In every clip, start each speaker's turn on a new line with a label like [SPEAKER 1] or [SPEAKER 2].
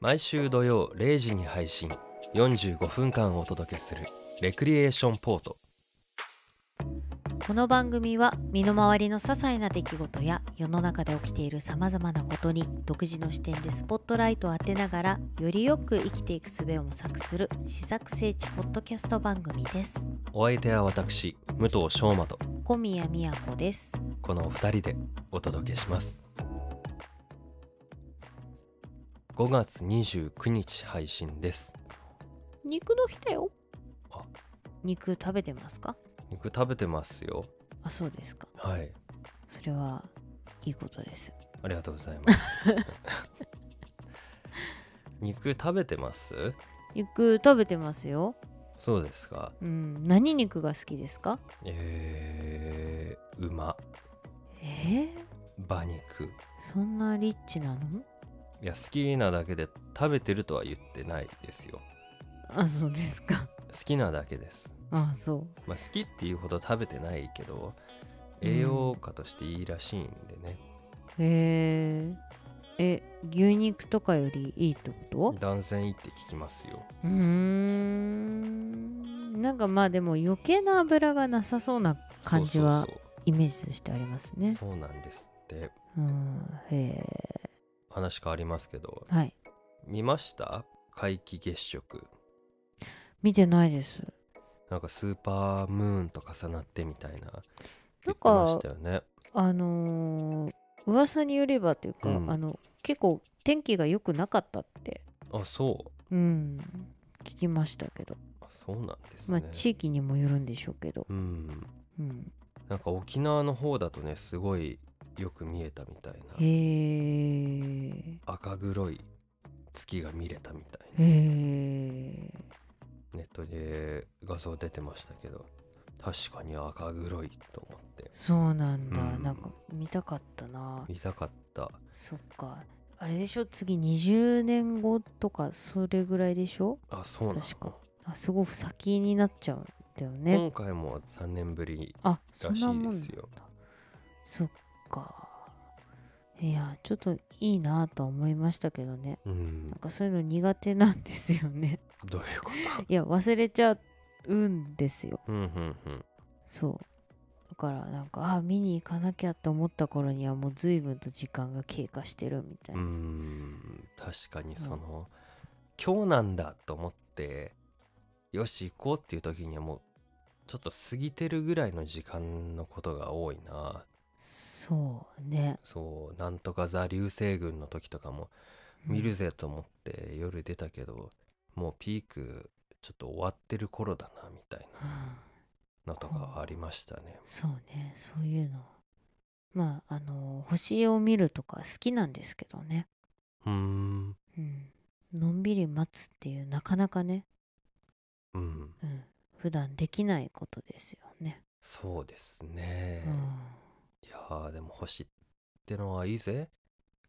[SPEAKER 1] 毎週土曜0時に配信45分間お届けするレクリエーションポート
[SPEAKER 2] この番組は身の回りの些細な出来事や世の中で起きているさまざまなことに独自の視点でスポットライトを当てながらよりよく生きていく術を模索する試作聖地ポッドキャスト番組です
[SPEAKER 1] お相手は私武藤翔馬と
[SPEAKER 2] 小宮宮子です
[SPEAKER 1] このお二人でお届けします5月29日配信です
[SPEAKER 2] 肉の日だよ
[SPEAKER 1] あ
[SPEAKER 2] 肉食べてますか
[SPEAKER 1] 肉食べてますよ
[SPEAKER 2] あそうですか
[SPEAKER 1] はい
[SPEAKER 2] それはいいことです
[SPEAKER 1] ありがとうございます肉食べてます
[SPEAKER 2] 肉食べてますよ
[SPEAKER 1] そうですか
[SPEAKER 2] うん何肉が好きですか
[SPEAKER 1] えー、馬
[SPEAKER 2] えー、
[SPEAKER 1] 馬肉
[SPEAKER 2] そんなリッチなの
[SPEAKER 1] いや好きなだけで食べてるとは言ってないですよ
[SPEAKER 2] あそうですか
[SPEAKER 1] 好きなだけです、
[SPEAKER 2] あそう
[SPEAKER 1] まあ、好きっていうほど食べてないけど
[SPEAKER 2] うん
[SPEAKER 1] 栄養価としていいらしいんでね、
[SPEAKER 2] へええ牛肉とかよりいいってこと
[SPEAKER 1] 断然いいって聞きますよ
[SPEAKER 2] うーんなんかまあでも余計な油がなさそうな感じは
[SPEAKER 1] そうそう
[SPEAKER 2] イメージとしてあります
[SPEAKER 1] そう
[SPEAKER 2] ね
[SPEAKER 1] そうなんですって
[SPEAKER 2] うんへえ
[SPEAKER 1] 話変わりますけど
[SPEAKER 2] はい
[SPEAKER 1] 見ました皆既月食
[SPEAKER 2] 見てないです
[SPEAKER 1] なんかスーパームーンと重なってみたいな
[SPEAKER 2] な
[SPEAKER 1] 言
[SPEAKER 2] ん
[SPEAKER 1] ってま
[SPEAKER 2] か
[SPEAKER 1] したよね
[SPEAKER 2] あのー噂によればというか、
[SPEAKER 1] うん
[SPEAKER 2] あの結構天気が良くなかったって
[SPEAKER 1] あそう
[SPEAKER 2] うん聞きましたけど、
[SPEAKER 1] あそうなんです
[SPEAKER 2] ま
[SPEAKER 1] ね、
[SPEAKER 2] あ地域にもよるんでしょうけど、
[SPEAKER 1] うん
[SPEAKER 2] うん、
[SPEAKER 1] なんか沖縄の方だとねすごいよく見えたみたい
[SPEAKER 2] へ
[SPEAKER 1] な
[SPEAKER 2] え
[SPEAKER 1] 赤黒い月が見れたみたい
[SPEAKER 2] へえ
[SPEAKER 1] なネットで画像出てましたけど確かに赤黒いと思って
[SPEAKER 2] そうなんだ、
[SPEAKER 1] うん
[SPEAKER 2] なんか見たかったな
[SPEAKER 1] 見たかった
[SPEAKER 2] そっかあれでしょ次20年後とかそれぐらいでしょ
[SPEAKER 1] あそうなの
[SPEAKER 2] 確かあすごく先になっちゃうんだよね、
[SPEAKER 1] 今回も3年ぶり
[SPEAKER 2] あそ
[SPEAKER 1] ら
[SPEAKER 2] ん
[SPEAKER 1] し
[SPEAKER 2] ない
[SPEAKER 1] で
[SPEAKER 2] もんなん
[SPEAKER 1] す
[SPEAKER 2] だ
[SPEAKER 1] よ
[SPEAKER 2] そっかいやちょっといいなとは思いましたけどね
[SPEAKER 1] うん
[SPEAKER 2] なんかそういうの苦手なんですよね
[SPEAKER 1] どういうこ
[SPEAKER 2] いや忘れちゃうんですよ
[SPEAKER 1] とうんうんうん
[SPEAKER 2] そうだからなんかあ見に行かなきゃって思った頃にはもう随分と時間が経過してるみたいうな、
[SPEAKER 1] ん確かにその、今日なんだと思ってよし行こうっていう時にはもうちょっと過ぎてるぐらいの時間のことが多いな
[SPEAKER 2] そうね
[SPEAKER 1] そうなんとか座流星群の時とかも
[SPEAKER 2] うん
[SPEAKER 1] 見るぜと思って夜出たけど、もうピークちょっと終わってる頃だなみたい
[SPEAKER 2] うん
[SPEAKER 1] なのとかはありましたね
[SPEAKER 2] そうねそういうのまああの星を見るとか好きなんですけどね
[SPEAKER 1] うーん
[SPEAKER 2] うんのんびり待つっていうなかなかね
[SPEAKER 1] うん
[SPEAKER 2] うん、普段できないことですよね。
[SPEAKER 1] そうですね、
[SPEAKER 2] う
[SPEAKER 1] いやーでも星ってのはいいぜ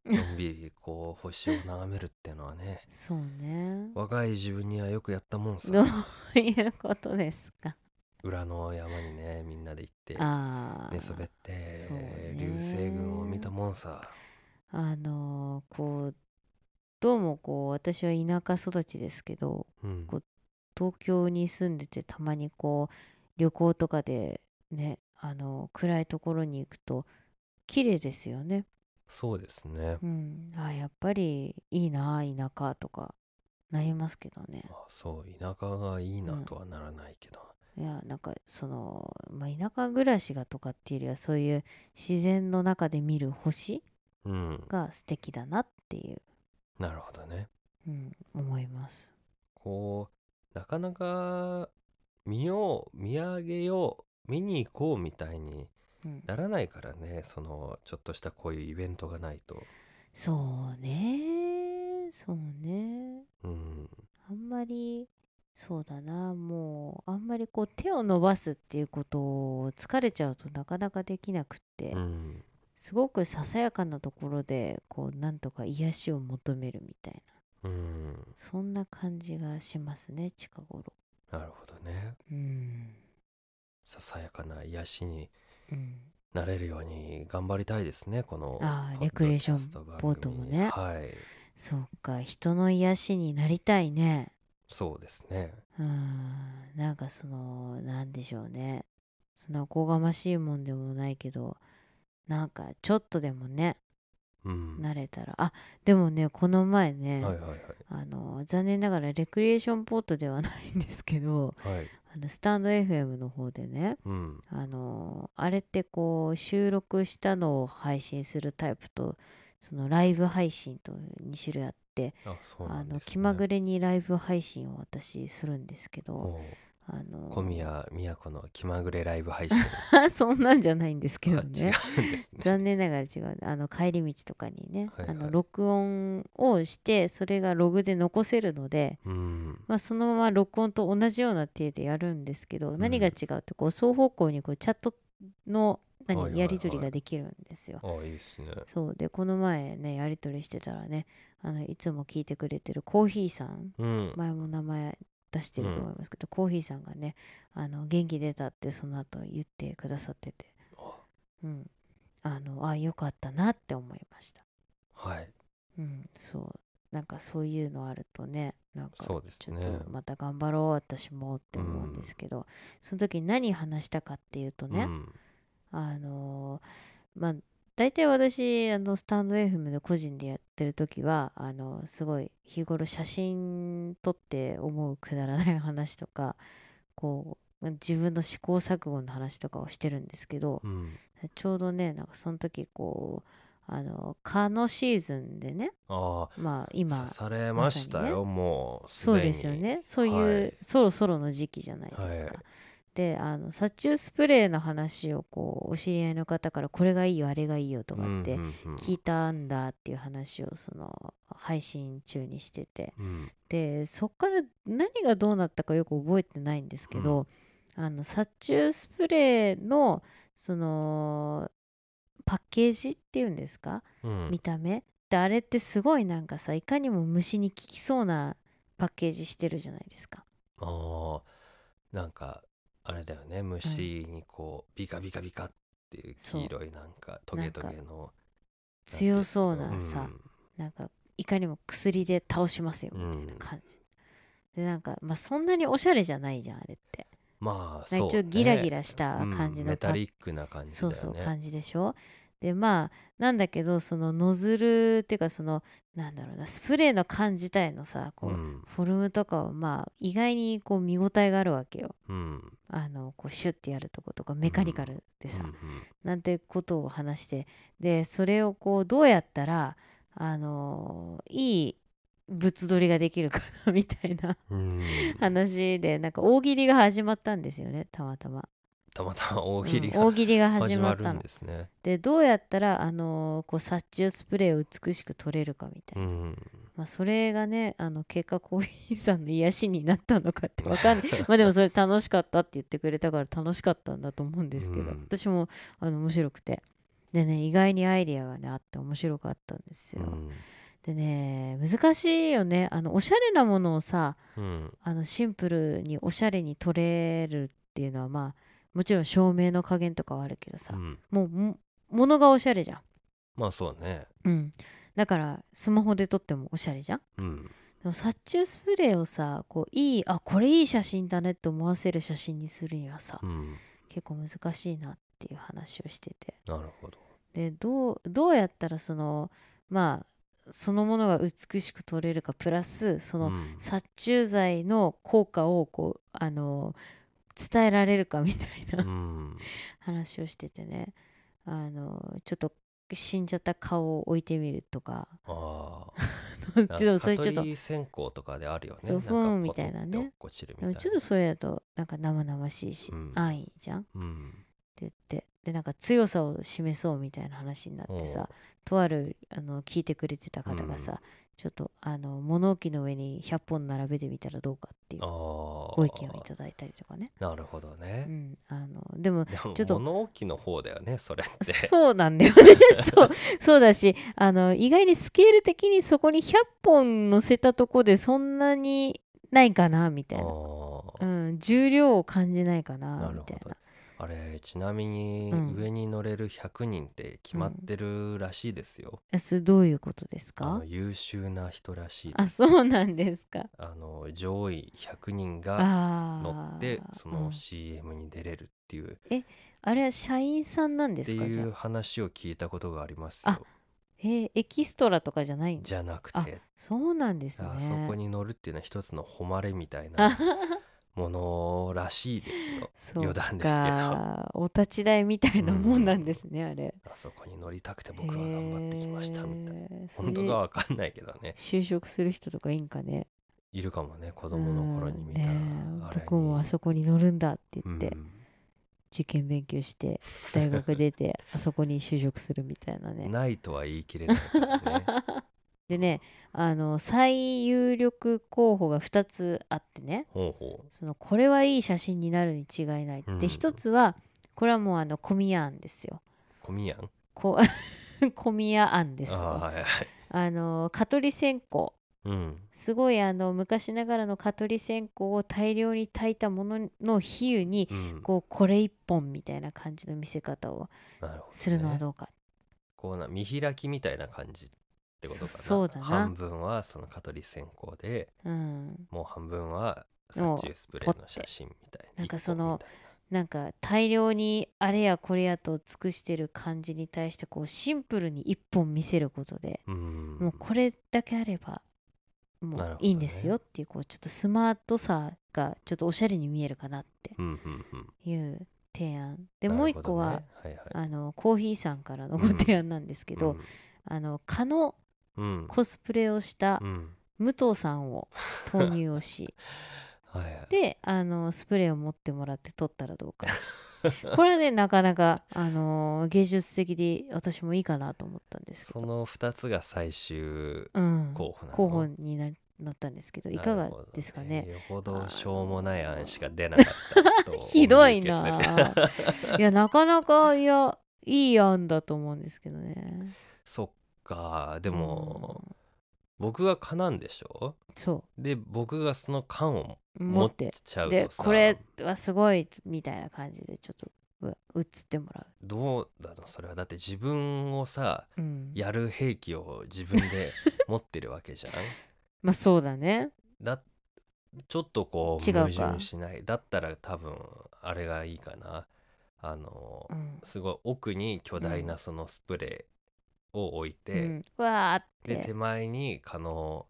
[SPEAKER 1] のんび りこう星を眺めるってのはね
[SPEAKER 2] ん、そうね。
[SPEAKER 1] 若い自分にはよくやったもん
[SPEAKER 2] ど
[SPEAKER 1] さ
[SPEAKER 2] ういうことですか。
[SPEAKER 1] 裏の山にねみんなで行って
[SPEAKER 2] ああ
[SPEAKER 1] 寝そべって
[SPEAKER 2] そうね
[SPEAKER 1] 流星群を見たもんさ
[SPEAKER 2] あのーこうどうもこう私は田舎育ちですけど
[SPEAKER 1] うん
[SPEAKER 2] こ東京に住んでてたまにこう旅行とかでねあのー暗いところに行くと綺麗ですよね。
[SPEAKER 1] そうですね
[SPEAKER 2] うん、あーやっぱりいいな田舎とかなりますけどね。
[SPEAKER 1] まあそう田舎がいいなとはならないけど、
[SPEAKER 2] いやなんかその、まあ、田舎暮らしがとかっていうよりはそういう自然の中で見る星
[SPEAKER 1] うん
[SPEAKER 2] が素敵だなっていう、
[SPEAKER 1] なるほどね
[SPEAKER 2] うん、思います。
[SPEAKER 1] こうなかなか見よう見上げよう見に行こうみたいに
[SPEAKER 2] うん、
[SPEAKER 1] ならないからねそのちょっとしたこういうイベントがないと
[SPEAKER 2] そうねそうね
[SPEAKER 1] うん
[SPEAKER 2] あんまりそうだなもうあんまりこう手を伸ばすっていうことを疲れちゃうとなかなかできなくって、
[SPEAKER 1] うん
[SPEAKER 2] すごくささやかなところでこうなんとか癒しを求めるみたいな
[SPEAKER 1] うん
[SPEAKER 2] そんな感じがしますね近頃。
[SPEAKER 1] なるほどね
[SPEAKER 2] うん
[SPEAKER 1] ささやかな癒しに
[SPEAKER 2] うん
[SPEAKER 1] なれるように頑張りたいですねこの
[SPEAKER 2] あ
[SPEAKER 1] ポッドキャ
[SPEAKER 2] ー
[SPEAKER 1] ス
[SPEAKER 2] レクリエーションポートもね
[SPEAKER 1] 番組はい
[SPEAKER 2] そうか人の癒しになりたいね
[SPEAKER 1] そうですね
[SPEAKER 2] うーんなんかそのなんでしょうねそんなおこがましいもんでもないけどなんかちょっとでもね
[SPEAKER 1] うん
[SPEAKER 2] 慣れたらあでもねこの前ね、
[SPEAKER 1] はいはい
[SPEAKER 2] あの残念ながらレクリエーションポートではないんですけど
[SPEAKER 1] はいはい
[SPEAKER 2] あのスタンド FM の方でね
[SPEAKER 1] うん
[SPEAKER 2] あのあれってこう収録したのを配信するタイプとそのライブ配信と2種類あって、
[SPEAKER 1] あそうな
[SPEAKER 2] あ
[SPEAKER 1] んです、ね、
[SPEAKER 2] の気まぐれにライブ配信を私するんですけど
[SPEAKER 1] おう
[SPEAKER 2] あの
[SPEAKER 1] 小宮宮子の気まぐれライブ配信
[SPEAKER 2] そんなんじゃないんですけど
[SPEAKER 1] あ違
[SPEAKER 2] ね
[SPEAKER 1] うんです ね
[SPEAKER 2] 残念ながら違うあの帰り道とかにね、
[SPEAKER 1] はいはい
[SPEAKER 2] あの録音をしてそれがログで残せるので、
[SPEAKER 1] うん
[SPEAKER 2] まあ、そのまま録音と同じような手でやるんですけど、
[SPEAKER 1] ん
[SPEAKER 2] 何が違うってこう双方向にこうチャットの何、
[SPEAKER 1] はいはいはい
[SPEAKER 2] やり取りができるんですよ。
[SPEAKER 1] あいいですね
[SPEAKER 2] そうでこの前ねやり取りしてたらねあのいつも聞いてくれてるコーヒーさん
[SPEAKER 1] うん
[SPEAKER 2] 前も名前出してると思いますけど、コーヒーさんがねあの元気出たってその後言ってくださってて
[SPEAKER 1] あ
[SPEAKER 2] うんあのあよかったなって思いました
[SPEAKER 1] はい
[SPEAKER 2] うんそうなんかそういうのあるとねなんか
[SPEAKER 1] そうです
[SPEAKER 2] ちょっ
[SPEAKER 1] ね
[SPEAKER 2] とまた頑張ろう私もって思うんですけど、その時に何話したかっていうとね、
[SPEAKER 1] うん
[SPEAKER 2] あのーまあ大体私あのスタンド FM で個人でやってる時はあのすごい日頃写真撮って思うくだらない話とかこう自分の試行錯誤の話とかをしてるんですけど
[SPEAKER 1] うん、
[SPEAKER 2] ちょうどねなんかその時こうあの蚊のシーズンでね
[SPEAKER 1] あ
[SPEAKER 2] まあ
[SPEAKER 1] あ
[SPEAKER 2] 今
[SPEAKER 1] 刺されましたよ、もうすで
[SPEAKER 2] そう
[SPEAKER 1] に
[SPEAKER 2] ですよねそういう、
[SPEAKER 1] はい
[SPEAKER 2] そろそろの時期じゃないですか。
[SPEAKER 1] はい
[SPEAKER 2] であの殺虫スプレーの話をこうお知り合いの方からこれがいいよあれがいいよとかって
[SPEAKER 1] うんうんうん
[SPEAKER 2] 聞いたんだっていう話をその配信中にしてて
[SPEAKER 1] うん
[SPEAKER 2] でそっから何がどうなったかよく覚えてないんですけど、あの殺虫スプレーのそのパッケージっていうんですか
[SPEAKER 1] うん
[SPEAKER 2] 見た目であれってすごいなんかさいかにも虫に効きそうなパッケージしてるじゃないですか。
[SPEAKER 1] ああなんかあれだよね虫にこうビカビカビカっていう
[SPEAKER 2] そう
[SPEAKER 1] 黄色いなんかトゲトゲの
[SPEAKER 2] 強そうな
[SPEAKER 1] う
[SPEAKER 2] さ、
[SPEAKER 1] ん
[SPEAKER 2] なんかいかにも薬で倒しますよみたいな感じ。でなんか、まあ、そんなにおしゃれじゃないじゃんあれって。
[SPEAKER 1] まあ
[SPEAKER 2] なん
[SPEAKER 1] そ
[SPEAKER 2] か
[SPEAKER 1] う
[SPEAKER 2] ちょっとギラギラした
[SPEAKER 1] ね
[SPEAKER 2] 感じ
[SPEAKER 1] うん
[SPEAKER 2] の
[SPEAKER 1] メ
[SPEAKER 2] パ
[SPEAKER 1] タ
[SPEAKER 2] ッ
[SPEAKER 1] リックな感じだ
[SPEAKER 2] そ
[SPEAKER 1] よ
[SPEAKER 2] う
[SPEAKER 1] ね
[SPEAKER 2] そう感じでしょでまあなんだけどそのノズルっていうかそのなんだろうなスプレーの缶自体のさこう、
[SPEAKER 1] うん
[SPEAKER 2] フォルムとかはまあ意外にこう見応えがあるわけよ
[SPEAKER 1] うん
[SPEAKER 2] あのこうシュッてやるとことかメカニカルでさ、
[SPEAKER 1] うんうん
[SPEAKER 2] なんてことを話してでそれをこうどうやったらあのいい物撮りができるかなみたいな
[SPEAKER 1] うん
[SPEAKER 2] 話でなんか大喜利が始まったんですよねたまたま
[SPEAKER 1] たまたま大喜利
[SPEAKER 2] うん
[SPEAKER 1] が
[SPEAKER 2] 大喜利が始
[SPEAKER 1] 始
[SPEAKER 2] ま
[SPEAKER 1] ま
[SPEAKER 2] っ
[SPEAKER 1] る
[SPEAKER 2] た
[SPEAKER 1] ん
[SPEAKER 2] の
[SPEAKER 1] ですね
[SPEAKER 2] でどうやったらあのこう殺虫スプレーを美しく取れるかみたいうな、
[SPEAKER 1] ん
[SPEAKER 2] まあ、それがねあの結果コーヒーさんの癒しになったのかってわかんない まあでもそれ楽しかったって言ってくれたから楽しかったんだと思うんですけど、
[SPEAKER 1] うん
[SPEAKER 2] 私もあの面白くてでね意外にアイディアがねあって面白かったんですよ、
[SPEAKER 1] う ん
[SPEAKER 2] でね難しいよねあのおしゃれなものをさ
[SPEAKER 1] うん
[SPEAKER 2] あのシンプルにおしゃれに取れるっていうのはまあもちろん照明の加減とかはあるけどさ、
[SPEAKER 1] うん
[SPEAKER 2] もうも物がおしゃれじゃん
[SPEAKER 1] まあそうね
[SPEAKER 2] うん、だからスマホで撮ってもおしゃれじゃん
[SPEAKER 1] うん
[SPEAKER 2] でも殺虫スプレーをさこういいあこれいい写真だねって思わせる写真にするにはさ
[SPEAKER 1] うん
[SPEAKER 2] 結構難しいなっていう話をしてて
[SPEAKER 1] なるほど
[SPEAKER 2] でどうどうやったらそのまあそのものが美しく撮れるかプラスその、
[SPEAKER 1] うん
[SPEAKER 2] 殺虫剤の効果をこうあの伝えられるかみたいな
[SPEAKER 1] うん
[SPEAKER 2] 話をしててねあのちょっと死んじゃった顔を置いてみるとか
[SPEAKER 1] ああ
[SPEAKER 2] ちょっと
[SPEAKER 1] なんか
[SPEAKER 2] それちょ
[SPEAKER 1] 蚊
[SPEAKER 2] っと
[SPEAKER 1] 取り線香とかであるよね。
[SPEAKER 2] そ
[SPEAKER 1] な
[SPEAKER 2] う
[SPEAKER 1] んか
[SPEAKER 2] ふーんみたいなね
[SPEAKER 1] ポトッて落っこちるみ
[SPEAKER 2] で
[SPEAKER 1] たい
[SPEAKER 2] も
[SPEAKER 1] な。
[SPEAKER 2] ちょっとそれだとなんか生々しいし、
[SPEAKER 1] うん
[SPEAKER 2] 安易じゃんって
[SPEAKER 1] うん。
[SPEAKER 2] 言ってでなんか強さを示そうみたいな話になってさとあるあの聞いてくれてた方がさ、
[SPEAKER 1] うん
[SPEAKER 2] ちょっとあの物置の上に100本並べてみたらどうかっていう
[SPEAKER 1] ああ。
[SPEAKER 2] ご意見をいただいたりとかね、
[SPEAKER 1] なるほど
[SPEAKER 2] う
[SPEAKER 1] ね。
[SPEAKER 2] ん、あのでも
[SPEAKER 1] でも
[SPEAKER 2] ちょっと
[SPEAKER 1] 物置の方だよね、それって。
[SPEAKER 2] そうなんだよね そうそうだしあの意外にスケール的にそこに100本乗せたとこでそんなにないかなみたいな、
[SPEAKER 1] あ
[SPEAKER 2] うん、重量を感じないかな
[SPEAKER 1] あ。な
[SPEAKER 2] み
[SPEAKER 1] るほ
[SPEAKER 2] たいな
[SPEAKER 1] ど。あれちなみに
[SPEAKER 2] うん
[SPEAKER 1] 上に乗れる100人って決まってるらしいですよ、
[SPEAKER 2] えそれどういうことです
[SPEAKER 1] あ
[SPEAKER 2] か
[SPEAKER 1] の優秀な人らしい
[SPEAKER 2] あそうなんですか
[SPEAKER 1] あの上位100人が
[SPEAKER 2] あ
[SPEAKER 1] 乗って
[SPEAKER 2] ー
[SPEAKER 1] そ
[SPEAKER 2] うん
[SPEAKER 1] の CM に出れるっていう、
[SPEAKER 2] あれは社員さんなんで
[SPEAKER 1] って
[SPEAKER 2] すかじ
[SPEAKER 1] い
[SPEAKER 2] ゃ
[SPEAKER 1] う
[SPEAKER 2] あ
[SPEAKER 1] 話を聞いたことがあります
[SPEAKER 2] あ
[SPEAKER 1] よ
[SPEAKER 2] えーエキストラとかじゃないんだ
[SPEAKER 1] じゃなく
[SPEAKER 2] あ
[SPEAKER 1] て
[SPEAKER 2] そうなんですね
[SPEAKER 1] あそこに乗るっていうのは一つの誉れみたいなものらしいですよ
[SPEAKER 2] そう
[SPEAKER 1] 余談ですけど
[SPEAKER 2] かお立ち台みたいなもんなんですね、あれ
[SPEAKER 1] あそこに乗りたくて僕は頑張ってきましたみたい な
[SPEAKER 2] へーそれ
[SPEAKER 1] 本当
[SPEAKER 2] で
[SPEAKER 1] かわかんないけどね
[SPEAKER 2] 就職する人とかいいんかね
[SPEAKER 1] いるかもね子供の頃に見た
[SPEAKER 2] うんねえ
[SPEAKER 1] あれに
[SPEAKER 2] 僕もあそこに乗るんだって言って、
[SPEAKER 1] うん
[SPEAKER 2] 受験勉強して大学出てあそこに就職するみたいなね。
[SPEAKER 1] ないとは言い切れない からね
[SPEAKER 2] でねあの最有力候補が2つあってね
[SPEAKER 1] ほうほ
[SPEAKER 2] そのこれはいい写真になるに違いないって、
[SPEAKER 1] うん
[SPEAKER 2] 1つはこれはもうあの小宮案ですよ。
[SPEAKER 1] う小宮庵
[SPEAKER 2] こ 小宮案です
[SPEAKER 1] あ
[SPEAKER 2] よ。
[SPEAKER 1] あはいはい
[SPEAKER 2] あの蚊取り線香
[SPEAKER 1] うん
[SPEAKER 2] すごいあの昔ながらの蚊取り線香を大量に炊いたものの比喩に
[SPEAKER 1] うん
[SPEAKER 2] こうこれ一本みたいな感じの見せ方を
[SPEAKER 1] なるほどね
[SPEAKER 2] するのはどうか
[SPEAKER 1] こうな見開きみたいな感じってことかな
[SPEAKER 2] そそうだな
[SPEAKER 1] 半分はその蚊取り線香で
[SPEAKER 2] うん、
[SPEAKER 1] もう半分は殺虫スプレーの写真みたい
[SPEAKER 2] なんか
[SPEAKER 1] 一個
[SPEAKER 2] その
[SPEAKER 1] みたい
[SPEAKER 2] なんか大量にあれやこれやと尽くしてる感じに対してこうシンプルに一本見せることで、
[SPEAKER 1] なうん
[SPEAKER 2] もうこれだけあればも
[SPEAKER 1] なるほ
[SPEAKER 2] う
[SPEAKER 1] どね
[SPEAKER 2] いいんですよっていうこうちょっとスマートさがちょっとおしゃれに見えるかなって
[SPEAKER 1] うんうんうん
[SPEAKER 2] いう提案で
[SPEAKER 1] なるほどね
[SPEAKER 2] もう一個は、
[SPEAKER 1] はいはい
[SPEAKER 2] あのコーヒーさんからのご提案なんですけど、あの蚊の
[SPEAKER 1] うん
[SPEAKER 2] コスプレをした
[SPEAKER 1] うんうん
[SPEAKER 2] 武藤さんを投入をし
[SPEAKER 1] はいはい
[SPEAKER 2] であのスプレーを持ってもらって撮ったらどうかこれはねなかなか、あのー芸術的で私もいいかなと思ったんですけ
[SPEAKER 1] そ
[SPEAKER 2] ど、
[SPEAKER 1] の2つが最終
[SPEAKER 2] うん、
[SPEAKER 1] 候補なの
[SPEAKER 2] 候補にななったんですけどいかがですかね
[SPEAKER 1] なるほどねよほどしょうもない案しか出なかったと
[SPEAKER 2] ひどい
[SPEAKER 1] お見受
[SPEAKER 2] な
[SPEAKER 1] けする
[SPEAKER 2] いやなかなかいやいい案だと思うんですけどね
[SPEAKER 1] そっかで
[SPEAKER 2] で
[SPEAKER 1] も、僕が蚊なんでしょ
[SPEAKER 2] そ
[SPEAKER 1] で僕がその缶を
[SPEAKER 2] う
[SPEAKER 1] 持
[SPEAKER 2] 持
[SPEAKER 1] っ
[SPEAKER 2] って
[SPEAKER 1] ちゃうとさ
[SPEAKER 2] でこれはすごいみたいな感じでちょっとう映ってもら
[SPEAKER 1] どうだろうそれはだって自分をさ
[SPEAKER 2] う、うん、
[SPEAKER 1] やる兵器を自分で持ってるわけじ ゃん
[SPEAKER 2] まあそうだね
[SPEAKER 1] だちょっとこう
[SPEAKER 2] 違うか
[SPEAKER 1] 矛盾しないだったら多分あれがいいかなあの、
[SPEAKER 2] うん、
[SPEAKER 1] すごい奥に巨大
[SPEAKER 2] う
[SPEAKER 1] なんそのスプレーを置いうて、
[SPEAKER 2] んわーっ
[SPEAKER 1] で
[SPEAKER 2] て
[SPEAKER 1] 手前に蚊の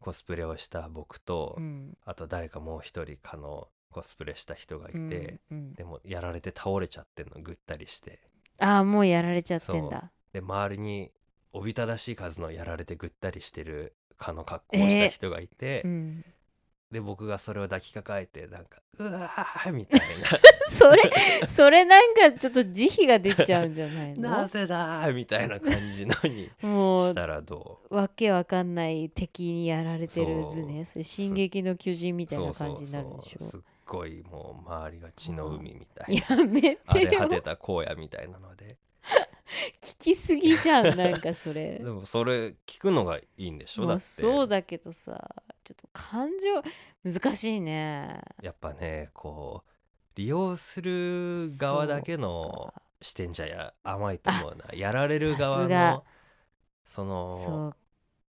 [SPEAKER 1] コスプレをした僕と、
[SPEAKER 2] うん
[SPEAKER 1] あと誰かもう一人蚊のコスプレした人がいて、
[SPEAKER 2] うんうん、
[SPEAKER 1] でもやられて倒れちゃってんのぐったりして
[SPEAKER 2] ああもうやられちゃってんだ
[SPEAKER 1] で周りにおびただしい数のやられてぐったりしてる蚊の格好をした人がいて、
[SPEAKER 2] う、ん、
[SPEAKER 1] で僕がそれを抱きかかえてなんか「うわー」みたい
[SPEAKER 2] それそれなんかちょっと慈悲が出ちゃうんじゃ ない
[SPEAKER 1] な「な
[SPEAKER 2] の
[SPEAKER 1] ぜだー」みたいな感じのに
[SPEAKER 2] も
[SPEAKER 1] し
[SPEAKER 2] う
[SPEAKER 1] たらどう
[SPEAKER 2] わけわかんない敵にやられてる図
[SPEAKER 1] そ
[SPEAKER 2] ね
[SPEAKER 1] う
[SPEAKER 2] それ「進撃の巨人」みたいな感じになる
[SPEAKER 1] そ
[SPEAKER 2] ん
[SPEAKER 1] う
[SPEAKER 2] で
[SPEAKER 1] そう
[SPEAKER 2] し
[SPEAKER 1] そうす
[SPEAKER 2] ょ
[SPEAKER 1] っごいもう周りが血の海みたいな
[SPEAKER 2] やめ
[SPEAKER 1] 荒
[SPEAKER 2] て
[SPEAKER 1] れ果
[SPEAKER 2] よ
[SPEAKER 1] てた荒野みたいなので
[SPEAKER 2] 聞きすぎじゃんなんかそれ
[SPEAKER 1] でもそれ聞くのがいいんでしょ
[SPEAKER 2] ま
[SPEAKER 1] だっ
[SPEAKER 2] あ
[SPEAKER 1] て
[SPEAKER 2] そうだけどさちょっと感情難しいね
[SPEAKER 1] やっぱねこう利用する側だけの
[SPEAKER 2] か
[SPEAKER 1] 視点じゃや甘いと思うなやられる側
[SPEAKER 2] さすが
[SPEAKER 1] のそ
[SPEAKER 2] そ
[SPEAKER 1] の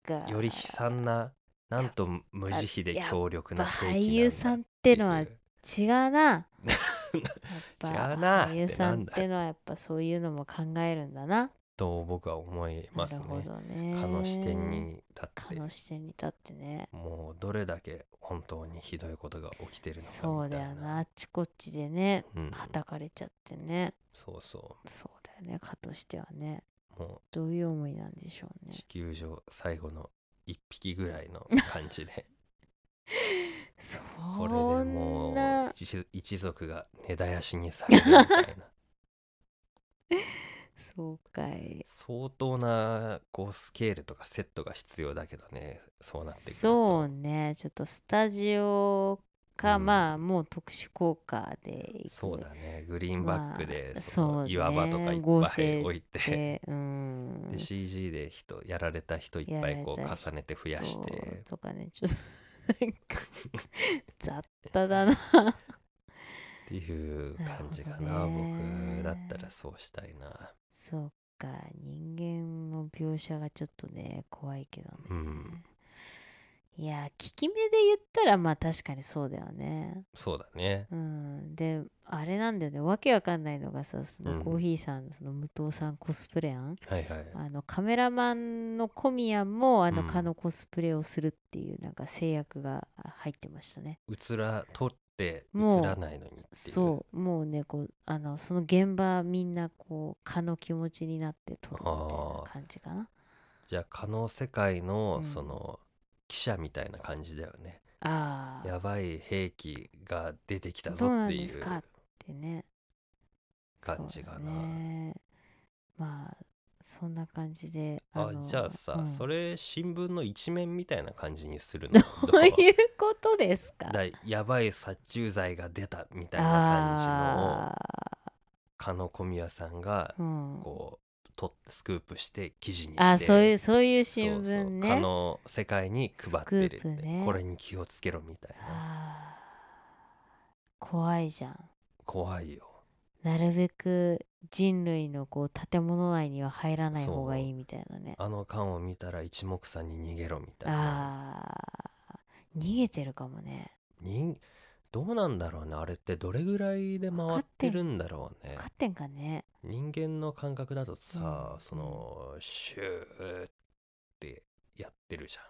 [SPEAKER 2] うか
[SPEAKER 1] より悲惨ななんと無慈悲で強力な兵器なんだ
[SPEAKER 2] 俳優さんってのは
[SPEAKER 1] っていう
[SPEAKER 2] 違 うなやっぱ
[SPEAKER 1] 違うな
[SPEAKER 2] 俳優さんっ
[SPEAKER 1] って
[SPEAKER 2] てのはやっぱそういうのも考えるんだな
[SPEAKER 1] と僕は思い
[SPEAKER 2] な
[SPEAKER 1] ます
[SPEAKER 2] る
[SPEAKER 1] ね
[SPEAKER 2] ほどね
[SPEAKER 1] 蚊の視点に立
[SPEAKER 2] 蚊
[SPEAKER 1] って
[SPEAKER 2] の視点に立ってね
[SPEAKER 1] もうどれだけ本当にひどいことが起きてるの
[SPEAKER 2] そ
[SPEAKER 1] か
[SPEAKER 2] う
[SPEAKER 1] みた
[SPEAKER 2] だ
[SPEAKER 1] いな
[SPEAKER 2] よなあっちこっちでね
[SPEAKER 1] うん、
[SPEAKER 2] はたかれちゃってね
[SPEAKER 1] そうそ
[SPEAKER 2] そうだよね蚊としてはね
[SPEAKER 1] うも
[SPEAKER 2] どういう思いなんでしょう
[SPEAKER 1] う
[SPEAKER 2] ね
[SPEAKER 1] 地球上最後の一匹ぐらい の感じで
[SPEAKER 2] そ
[SPEAKER 1] これでも
[SPEAKER 2] ん
[SPEAKER 1] う
[SPEAKER 2] な
[SPEAKER 1] 一一族が根絶やしにされるみたい な
[SPEAKER 2] そうかい
[SPEAKER 1] 相当なこうスケールとかセットが必要だけどねそうなってくると
[SPEAKER 2] そうねちょっとスタジオか、
[SPEAKER 1] うん
[SPEAKER 2] まあもう特殊効果でいく
[SPEAKER 1] そうだねグリーンバックで、
[SPEAKER 2] まあ
[SPEAKER 1] その
[SPEAKER 2] そうね
[SPEAKER 1] 岩場とかいっ
[SPEAKER 2] 合
[SPEAKER 1] ぱい
[SPEAKER 2] 成
[SPEAKER 1] 置いて
[SPEAKER 2] でうん
[SPEAKER 1] で CG で人やられた人いっぱいこう
[SPEAKER 2] やられた人
[SPEAKER 1] 重ねて増やして
[SPEAKER 2] とかねちょっとなんか雑多だな
[SPEAKER 1] っていう感じか
[SPEAKER 2] なる
[SPEAKER 1] な
[SPEAKER 2] ほどね
[SPEAKER 1] 僕だったらそうしたいな
[SPEAKER 2] そうか人間の描写がちょっとね怖いけどね、
[SPEAKER 1] うん
[SPEAKER 2] いや効き目で言ったらまあ確かにそうだよね
[SPEAKER 1] そうだね
[SPEAKER 2] うんであれなんだよねわけわかんないのがさそうの
[SPEAKER 1] ん
[SPEAKER 2] コーヒーさん、その武藤さんコスプレやん
[SPEAKER 1] はいはい
[SPEAKER 2] あのカメラマンの小宮もあの
[SPEAKER 1] うん
[SPEAKER 2] 蚊のコスプレをするっていうなんか制約が入ってましたね、
[SPEAKER 1] 映ら撮って
[SPEAKER 2] もう
[SPEAKER 1] 映らないのにっていう
[SPEAKER 2] そうもうねこうあのその現場みんなこう蚊の気持ちになって撮るみたいな
[SPEAKER 1] あー
[SPEAKER 2] 感じかな
[SPEAKER 1] じゃあ可能世界の
[SPEAKER 2] うん
[SPEAKER 1] その記者みたいな感じだよね、
[SPEAKER 2] ああっ
[SPEAKER 1] やばい兵器が出てきた
[SPEAKER 2] どう
[SPEAKER 1] ぞっ
[SPEAKER 2] なん
[SPEAKER 1] て
[SPEAKER 2] で
[SPEAKER 1] い
[SPEAKER 2] す
[SPEAKER 1] う
[SPEAKER 2] かてね
[SPEAKER 1] 感じかな
[SPEAKER 2] そうだねまあそんな感じで
[SPEAKER 1] あ
[SPEAKER 2] の
[SPEAKER 1] じゃあさ、
[SPEAKER 2] うん
[SPEAKER 1] それ新聞の一面みたいな感じにするの
[SPEAKER 2] どう
[SPEAKER 1] どう
[SPEAKER 2] いうことですか
[SPEAKER 1] だやばい殺虫剤が出たみたいな感じのを
[SPEAKER 2] あ
[SPEAKER 1] 鹿野小宮さんが
[SPEAKER 2] ーうん
[SPEAKER 1] こうとスクープして記事にして
[SPEAKER 2] あそういうそういう新
[SPEAKER 1] そう
[SPEAKER 2] 聞
[SPEAKER 1] そう
[SPEAKER 2] ね
[SPEAKER 1] 蚊の世界に配ってるって、
[SPEAKER 2] スクープね
[SPEAKER 1] これに気をつけろみたいな
[SPEAKER 2] あー怖いじゃん
[SPEAKER 1] 怖いよ
[SPEAKER 2] なるべく人類のこう建物内には入らない方がい
[SPEAKER 1] そ
[SPEAKER 2] いみたいなね
[SPEAKER 1] あの缶を見たら一目散に逃げろみたいな
[SPEAKER 2] あー逃げてるかもね
[SPEAKER 1] 人どうなんだろうねあれってどれぐらいで
[SPEAKER 2] わか
[SPEAKER 1] 回
[SPEAKER 2] っ
[SPEAKER 1] ってて
[SPEAKER 2] ん
[SPEAKER 1] るんだろうね
[SPEAKER 2] 勝ってんかね
[SPEAKER 1] 人間の感覚だとさ、
[SPEAKER 2] うん
[SPEAKER 1] そのシューってやってるじゃん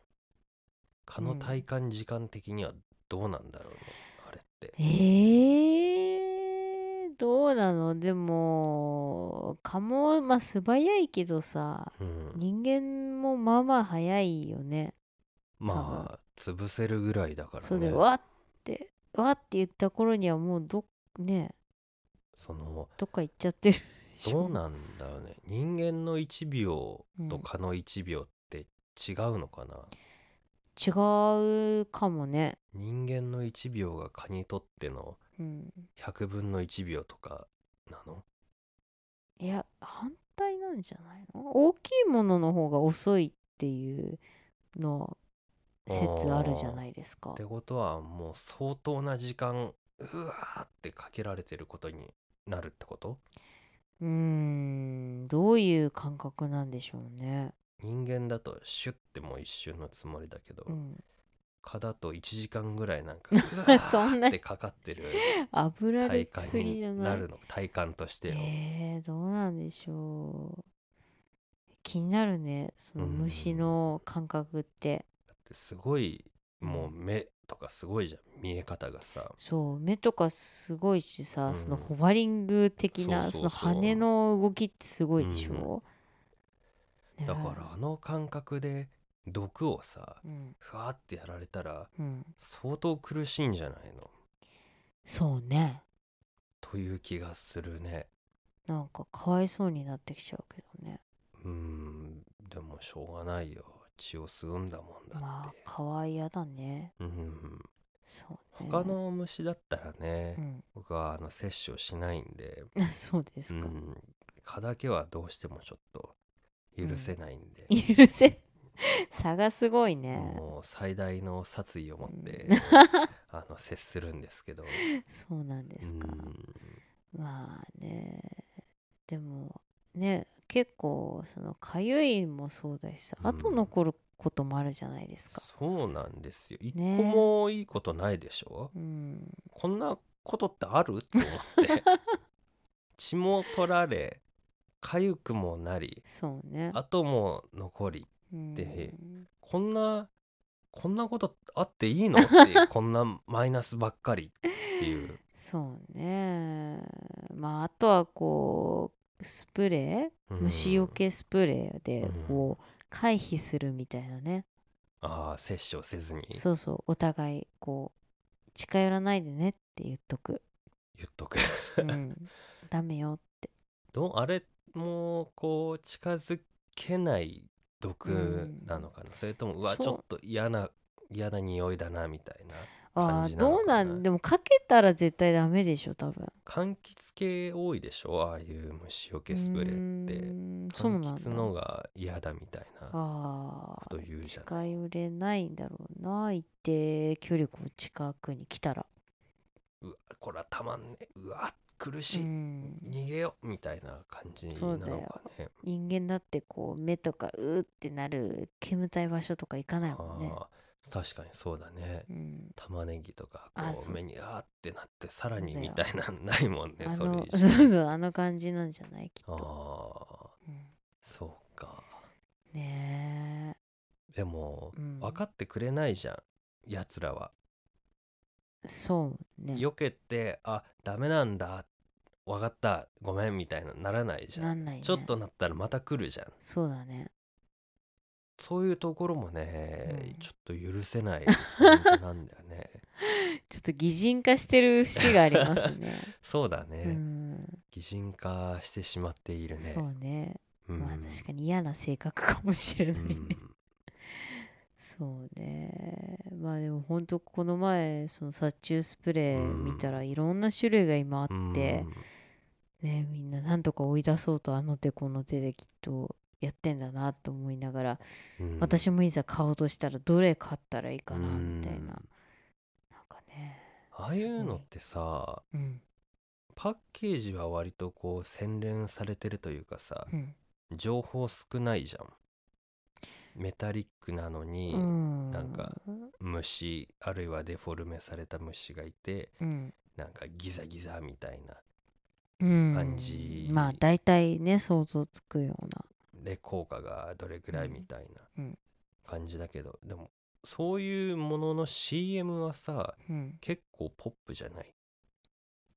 [SPEAKER 1] 蚊の体感時間的にはどうなんだろうね、あれって
[SPEAKER 2] えー、どうなのでも蚊もまあ素早いけどさ
[SPEAKER 1] うん
[SPEAKER 2] 人間もまあまあ早いよね
[SPEAKER 1] まあ潰せるぐらいだからね
[SPEAKER 2] そうでわってわって言った頃にはもうどね
[SPEAKER 1] その
[SPEAKER 2] どっか行っちゃってるで しょ
[SPEAKER 1] どうなんだろうね人間の1秒と蚊の1秒って違うのかな、
[SPEAKER 2] 違うかもね、
[SPEAKER 1] 人間の1秒が蚊にとっての
[SPEAKER 2] うん、
[SPEAKER 1] 100分の1秒とかなの
[SPEAKER 2] いや反対なんじゃないの大きいものの方が遅いっていうの説あるじゃないですか
[SPEAKER 1] ってことはもう相当な時間うわーってかけられてることになるってこと
[SPEAKER 2] うーんどういう感覚なんでしょうね
[SPEAKER 1] 人間だとシュッてもう一瞬のつもりだけど、
[SPEAKER 2] うん
[SPEAKER 1] 蚊だと1時間ぐらいなん かうわーってかかってる
[SPEAKER 2] 炙ら
[SPEAKER 1] 体
[SPEAKER 2] れて
[SPEAKER 1] 感
[SPEAKER 2] すぎじゃ
[SPEAKER 1] に
[SPEAKER 2] な
[SPEAKER 1] ない るの体感としてよ、
[SPEAKER 2] えー、どうなんでしょう気になるねその
[SPEAKER 1] うん
[SPEAKER 2] 虫の感覚って、
[SPEAKER 1] だってすごいもううん目とかすごいじゃん見え方がさ
[SPEAKER 2] そう目とかすごいしさ、
[SPEAKER 1] うん
[SPEAKER 2] そのホバリング的なそ
[SPEAKER 1] そうそうそう
[SPEAKER 2] の羽の動きってすごいでしょ、ねえ
[SPEAKER 1] だからあの感覚で毒をさ
[SPEAKER 2] うん
[SPEAKER 1] ふわーってやられたら
[SPEAKER 2] うん
[SPEAKER 1] 相当苦しいんじゃないの
[SPEAKER 2] そうね
[SPEAKER 1] という気がするね
[SPEAKER 2] なんかかわいそうになってきちゃうけどね
[SPEAKER 1] うーんでもしょうがないよ血を吸うんだもんだって、
[SPEAKER 2] まあかわいやだね
[SPEAKER 1] うん
[SPEAKER 2] そうね
[SPEAKER 1] 他の虫だったらね、
[SPEAKER 2] うん
[SPEAKER 1] 僕はあの摂取をしないんで、
[SPEAKER 2] そうです
[SPEAKER 1] う
[SPEAKER 2] か、
[SPEAKER 1] ん、蚊だけはどうしてもちょっと許せないんで、
[SPEAKER 2] 許せん差がすごいね
[SPEAKER 1] もう最大の殺意を持って、 あの接するんですけど
[SPEAKER 2] そうなんですか、
[SPEAKER 1] うん
[SPEAKER 2] まあねでもね結構そのかゆいもそうだしさ、
[SPEAKER 1] うん
[SPEAKER 2] 後残ることもあるじゃないですか
[SPEAKER 1] そうなんですよ一個
[SPEAKER 2] ね
[SPEAKER 1] もいいことないでしょ、
[SPEAKER 2] うん
[SPEAKER 1] こんなことってあるって思 って血も取られ痒くもなり
[SPEAKER 2] そうね
[SPEAKER 1] 後も残り
[SPEAKER 2] うん
[SPEAKER 1] でこんなこんなことあっていい のっていうこんなマイナスばっかりっていう
[SPEAKER 2] そうねまああとはこうスプレ
[SPEAKER 1] うん
[SPEAKER 2] ー虫よけスプレーで
[SPEAKER 1] うん
[SPEAKER 2] こう回避するみたいなね
[SPEAKER 1] ああ摂取をせずに
[SPEAKER 2] そうそうお互いこう近寄らないでねって言っとく、
[SPEAKER 1] 言っとく
[SPEAKER 2] うん、ダメよ
[SPEAKER 1] どうあれもこう近づけない毒なのかな、それともうわ
[SPEAKER 2] そう
[SPEAKER 1] ちょっと嫌な嫌な匂いだなみたいな
[SPEAKER 2] あ
[SPEAKER 1] 感
[SPEAKER 2] あ
[SPEAKER 1] じなの
[SPEAKER 2] ど
[SPEAKER 1] か
[SPEAKER 2] うな
[SPEAKER 1] なん
[SPEAKER 2] でもかけたら絶対ダメでしょ多分
[SPEAKER 1] 柑橘系多いでしょああいう虫よけスプレーって
[SPEAKER 2] うーんそう
[SPEAKER 1] 柑
[SPEAKER 2] なんだ
[SPEAKER 1] 橘のが嫌だみたいな
[SPEAKER 2] あ
[SPEAKER 1] こ
[SPEAKER 2] あ
[SPEAKER 1] と言うじゃない
[SPEAKER 2] 近寄れないんだろうな一定距離こう近くに来たら
[SPEAKER 1] うわこれはたまんねうわ苦しい、
[SPEAKER 2] うん
[SPEAKER 1] 逃げようみたいな感じな
[SPEAKER 2] そう
[SPEAKER 1] の
[SPEAKER 2] だ
[SPEAKER 1] か
[SPEAKER 2] よ
[SPEAKER 1] ね。
[SPEAKER 2] 人間だってこう目とかうーってなる煙たい場所とか行かないもんね。
[SPEAKER 1] あー確かにそうだね。
[SPEAKER 2] うん、
[SPEAKER 1] 玉ねぎとかこ
[SPEAKER 2] あ
[SPEAKER 1] う
[SPEAKER 2] そう
[SPEAKER 1] 目にあーってなってさらに
[SPEAKER 2] そうだ
[SPEAKER 1] み
[SPEAKER 2] よ
[SPEAKER 1] たいなのないもんね
[SPEAKER 2] あ
[SPEAKER 1] それ
[SPEAKER 2] の
[SPEAKER 1] 以
[SPEAKER 2] そ
[SPEAKER 1] 上
[SPEAKER 2] うそうあの感じなんじゃないきっ
[SPEAKER 1] あ
[SPEAKER 2] と。
[SPEAKER 1] ー
[SPEAKER 2] うん
[SPEAKER 1] そうか
[SPEAKER 2] ね
[SPEAKER 1] でも、
[SPEAKER 2] うん
[SPEAKER 1] 分かってくれないじゃんやつらは。
[SPEAKER 2] えそうね。
[SPEAKER 1] 避けてあダメなんだ分かったごめんみたいなならないじゃん。
[SPEAKER 2] なんないね。
[SPEAKER 1] ちょっとなったらまた来るじゃん
[SPEAKER 2] そうだね。
[SPEAKER 1] そういうところもね、
[SPEAKER 2] うん
[SPEAKER 1] ちょっと許せない ポイントなんだよね
[SPEAKER 2] ちょっと擬人化してる節がありますね。
[SPEAKER 1] そうだ
[SPEAKER 2] う
[SPEAKER 1] ね、
[SPEAKER 2] ん、
[SPEAKER 1] 擬人化してしまっているね
[SPEAKER 2] そうね。
[SPEAKER 1] うん
[SPEAKER 2] まあ確かに嫌な性格かもしれないね。
[SPEAKER 1] うん
[SPEAKER 2] そうねまあでも本当この前その殺虫スプレー見たらいろんな種類が今あって、ねみんななんとか追い出そうとあの手この手できっとやってんだなと思いながら
[SPEAKER 1] うんうん
[SPEAKER 2] 私もいざ買おうとしたらどれ買ったらいいかなみたいな
[SPEAKER 1] うん
[SPEAKER 2] なんかね
[SPEAKER 1] ああいうのってさ
[SPEAKER 2] うん
[SPEAKER 1] パッケージは割とこう洗練されてるというかさ
[SPEAKER 2] うん
[SPEAKER 1] 情報少ないじゃんメタリックなのに、
[SPEAKER 2] うん
[SPEAKER 1] なんか虫あるいはデフォルメされた虫がいて
[SPEAKER 2] うん
[SPEAKER 1] なんかギザギザみたいな
[SPEAKER 2] 感
[SPEAKER 1] 感じ
[SPEAKER 2] まあ大体ね想像つくような
[SPEAKER 1] で効果がどれぐらい
[SPEAKER 2] うん
[SPEAKER 1] みたいな
[SPEAKER 2] うん
[SPEAKER 1] 感じだけど、でもそういうものの CM はさ
[SPEAKER 2] うん
[SPEAKER 1] 結構ポップじゃない、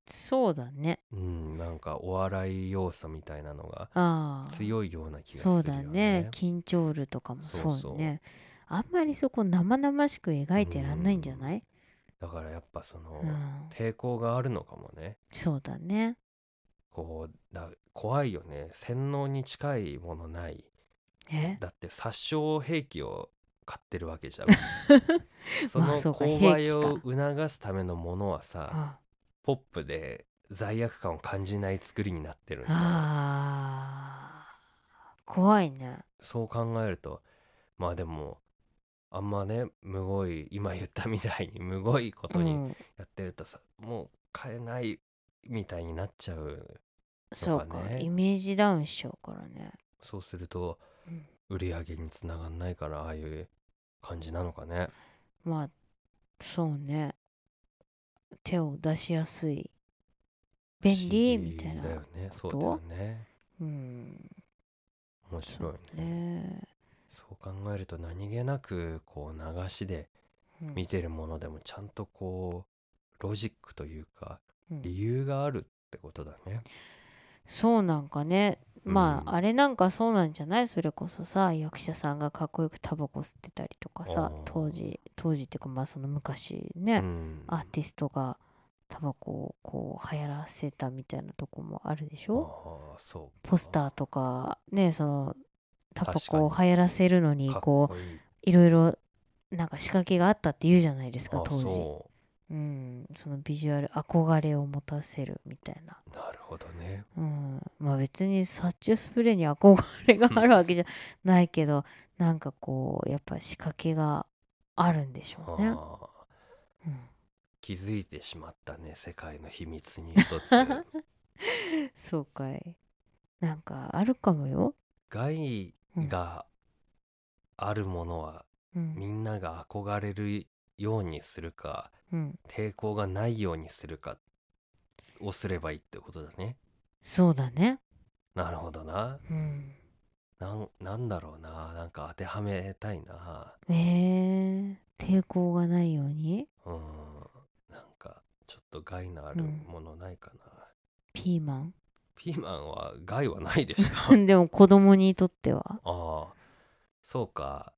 [SPEAKER 2] そうだね
[SPEAKER 1] うん、なんかお笑い要素みたいなのが
[SPEAKER 2] ああ
[SPEAKER 1] 強いような気がする
[SPEAKER 2] そ
[SPEAKER 1] よね。
[SPEAKER 2] うだね緊張るとかも
[SPEAKER 1] そうそう
[SPEAKER 2] そうねあんまりそこ生々しく描いてらんないんじゃない
[SPEAKER 1] だからやっぱその、
[SPEAKER 2] うん
[SPEAKER 1] 抵抗があるのかもね。
[SPEAKER 2] そうだね
[SPEAKER 1] こうだ怖いよね洗脳に近いものない
[SPEAKER 2] え
[SPEAKER 1] だって殺傷兵器を買ってるわけじゃん そ
[SPEAKER 2] ま
[SPEAKER 1] の
[SPEAKER 2] あそうか
[SPEAKER 1] 購買
[SPEAKER 2] 兵
[SPEAKER 1] を
[SPEAKER 2] 器
[SPEAKER 1] 促すためのものはさ、
[SPEAKER 2] あ
[SPEAKER 1] ポップで罪悪感を感じない作りになってるんだよ
[SPEAKER 2] あー怖いね
[SPEAKER 1] そう考えるとまあでもあんまねむごい今言ったみたいにむごいこと
[SPEAKER 2] う
[SPEAKER 1] に
[SPEAKER 2] ん
[SPEAKER 1] やってるとさ、もう買えないみたいになっちゃう
[SPEAKER 2] そうか
[SPEAKER 1] ね
[SPEAKER 2] イメージダウンしちゃうからね
[SPEAKER 1] そうすると
[SPEAKER 2] うん
[SPEAKER 1] 売り上げにつながんないからああいう感じなのかね
[SPEAKER 2] まあそうね手を出しやすい便利みたいな
[SPEAKER 1] 不思議だよねそ
[SPEAKER 2] こ
[SPEAKER 1] う
[SPEAKER 2] と
[SPEAKER 1] だよね
[SPEAKER 2] うん
[SPEAKER 1] 面白いね
[SPEAKER 2] ね
[SPEAKER 1] そう考えると何気なくこう流しで
[SPEAKER 2] うん
[SPEAKER 1] 見てるものでもちゃんとこうロジックというか
[SPEAKER 2] うん
[SPEAKER 1] 理由があるってことだね。
[SPEAKER 2] そうなんかねまあ、
[SPEAKER 1] うん
[SPEAKER 2] あれなんかそうなんじゃないそれこそさ役者さんがかっこよくタバコ吸ってたりとかさ
[SPEAKER 1] あー
[SPEAKER 2] 当時当時っていうかまあその昔ね、
[SPEAKER 1] うん
[SPEAKER 2] アーティストがタバコをこう流行らせたみたいなとこもあるでし
[SPEAKER 1] あ
[SPEAKER 2] ょ
[SPEAKER 1] ーそう
[SPEAKER 2] ポス
[SPEAKER 1] ー
[SPEAKER 2] ターとかねそのタバ
[SPEAKER 1] 確か
[SPEAKER 2] コを流行らせるのに
[SPEAKER 1] かっ
[SPEAKER 2] こ
[SPEAKER 1] こいいう
[SPEAKER 2] いろいろなんか仕掛けがあったって言うじゃないですか
[SPEAKER 1] あ
[SPEAKER 2] 当時、
[SPEAKER 1] そう
[SPEAKER 2] ん、そのビジュアル憧れを持たせるみたいな
[SPEAKER 1] うなるほどね。
[SPEAKER 2] うん、まあ別に殺虫スプレーに憧れがあるわけじゃないけどなんかこうやっぱ仕掛けがあるんでし
[SPEAKER 1] あ
[SPEAKER 2] ょうね。
[SPEAKER 1] ー
[SPEAKER 2] うん、
[SPEAKER 1] 気づいてしまったね世界の秘密に一つ
[SPEAKER 2] そうかい。なんかあるかもよ。
[SPEAKER 1] 害があるものは
[SPEAKER 2] う
[SPEAKER 1] み
[SPEAKER 2] ん
[SPEAKER 1] んなが憧れるようにするか
[SPEAKER 2] うん、
[SPEAKER 1] 抵抗がないようにするかをすればいいってことだね。
[SPEAKER 2] そうだね。
[SPEAKER 1] なるほどな。
[SPEAKER 2] うん、
[SPEAKER 1] なんなんだろうななんか当てはめたいな
[SPEAKER 2] えー、抵抗がないように
[SPEAKER 1] うんなんかちょっと害のあるものないかな、
[SPEAKER 2] ピーマ
[SPEAKER 1] ピーマンは害はないでし ょ
[SPEAKER 2] ンでも子供にとっては。
[SPEAKER 1] ああそうか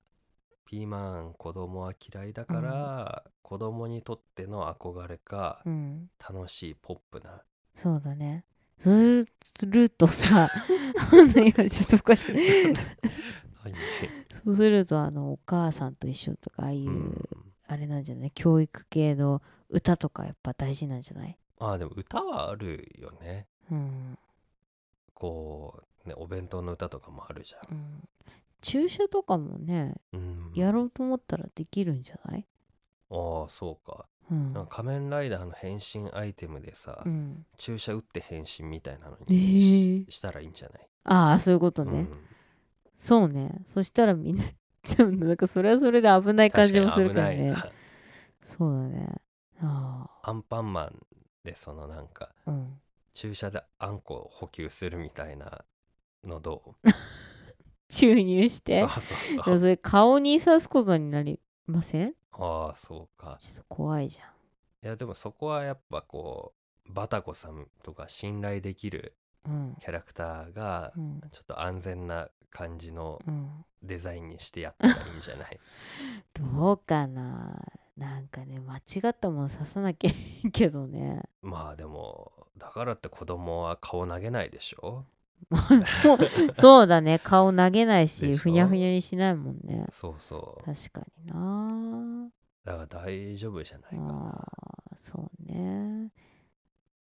[SPEAKER 1] ピーマン子供は嫌いだから、子供にとっての憧れか、
[SPEAKER 2] うん
[SPEAKER 1] 楽しいポップな
[SPEAKER 2] そうだね。ずるっとさ 今ちょっとおかしく
[SPEAKER 1] 何
[SPEAKER 2] そうするとあのお母さんと一緒とかああいう、
[SPEAKER 1] うん
[SPEAKER 2] あれなんじゃない教育系の歌とかやっぱ大事なんじゃない
[SPEAKER 1] まあでも歌はあるよね
[SPEAKER 2] うん、
[SPEAKER 1] こうねお弁当の歌とかもあるじゃ
[SPEAKER 2] うん、注射とかもね
[SPEAKER 1] ん、うん、
[SPEAKER 2] やろうと思ったらできるんじゃない
[SPEAKER 1] ああそうか
[SPEAKER 2] うん
[SPEAKER 1] なんか仮面ライダーの変身アイテムでさ、
[SPEAKER 2] うん、
[SPEAKER 1] 注射打って変身みたいなの
[SPEAKER 2] え
[SPEAKER 1] にし,、
[SPEAKER 2] ー
[SPEAKER 1] たらいいんじゃない
[SPEAKER 2] ああそういうことね、
[SPEAKER 1] うん
[SPEAKER 2] そうねそしたらみんなちょっとなんかそれはそれで危ない感
[SPEAKER 1] 確
[SPEAKER 2] じも
[SPEAKER 1] か
[SPEAKER 2] す
[SPEAKER 1] に
[SPEAKER 2] る
[SPEAKER 1] 危
[SPEAKER 2] から
[SPEAKER 1] ない
[SPEAKER 2] ね
[SPEAKER 1] な
[SPEAKER 2] そうだねあ
[SPEAKER 1] アンパンマンでそのなんか
[SPEAKER 2] あうん
[SPEAKER 1] 注射であんこを補給するみたいなのどう
[SPEAKER 2] 注入して
[SPEAKER 1] そう
[SPEAKER 2] で
[SPEAKER 1] そうそ
[SPEAKER 2] も
[SPEAKER 1] う
[SPEAKER 2] それ顔に刺すことになりません
[SPEAKER 1] ああそうか
[SPEAKER 2] ちょっと怖いじゃん
[SPEAKER 1] いやでもそこはやっぱこうバタコさんとか信頼できる
[SPEAKER 2] うん
[SPEAKER 1] キャラクターが
[SPEAKER 2] うん
[SPEAKER 1] ちょっと安全な感じの
[SPEAKER 2] うん
[SPEAKER 1] デザインにしてやったらいいんじゃない
[SPEAKER 2] どうかななんかね間違ったもん刺さなきゃいいけどね
[SPEAKER 1] まあでもだからって子供は顔投げないでしょ
[SPEAKER 2] そうそうだね顔投げないし
[SPEAKER 1] でしょ
[SPEAKER 2] ふにゃふにゃにしないもんね
[SPEAKER 1] そうそう
[SPEAKER 2] 確かにな
[SPEAKER 1] だから大丈夫じゃないかな
[SPEAKER 2] あーそうね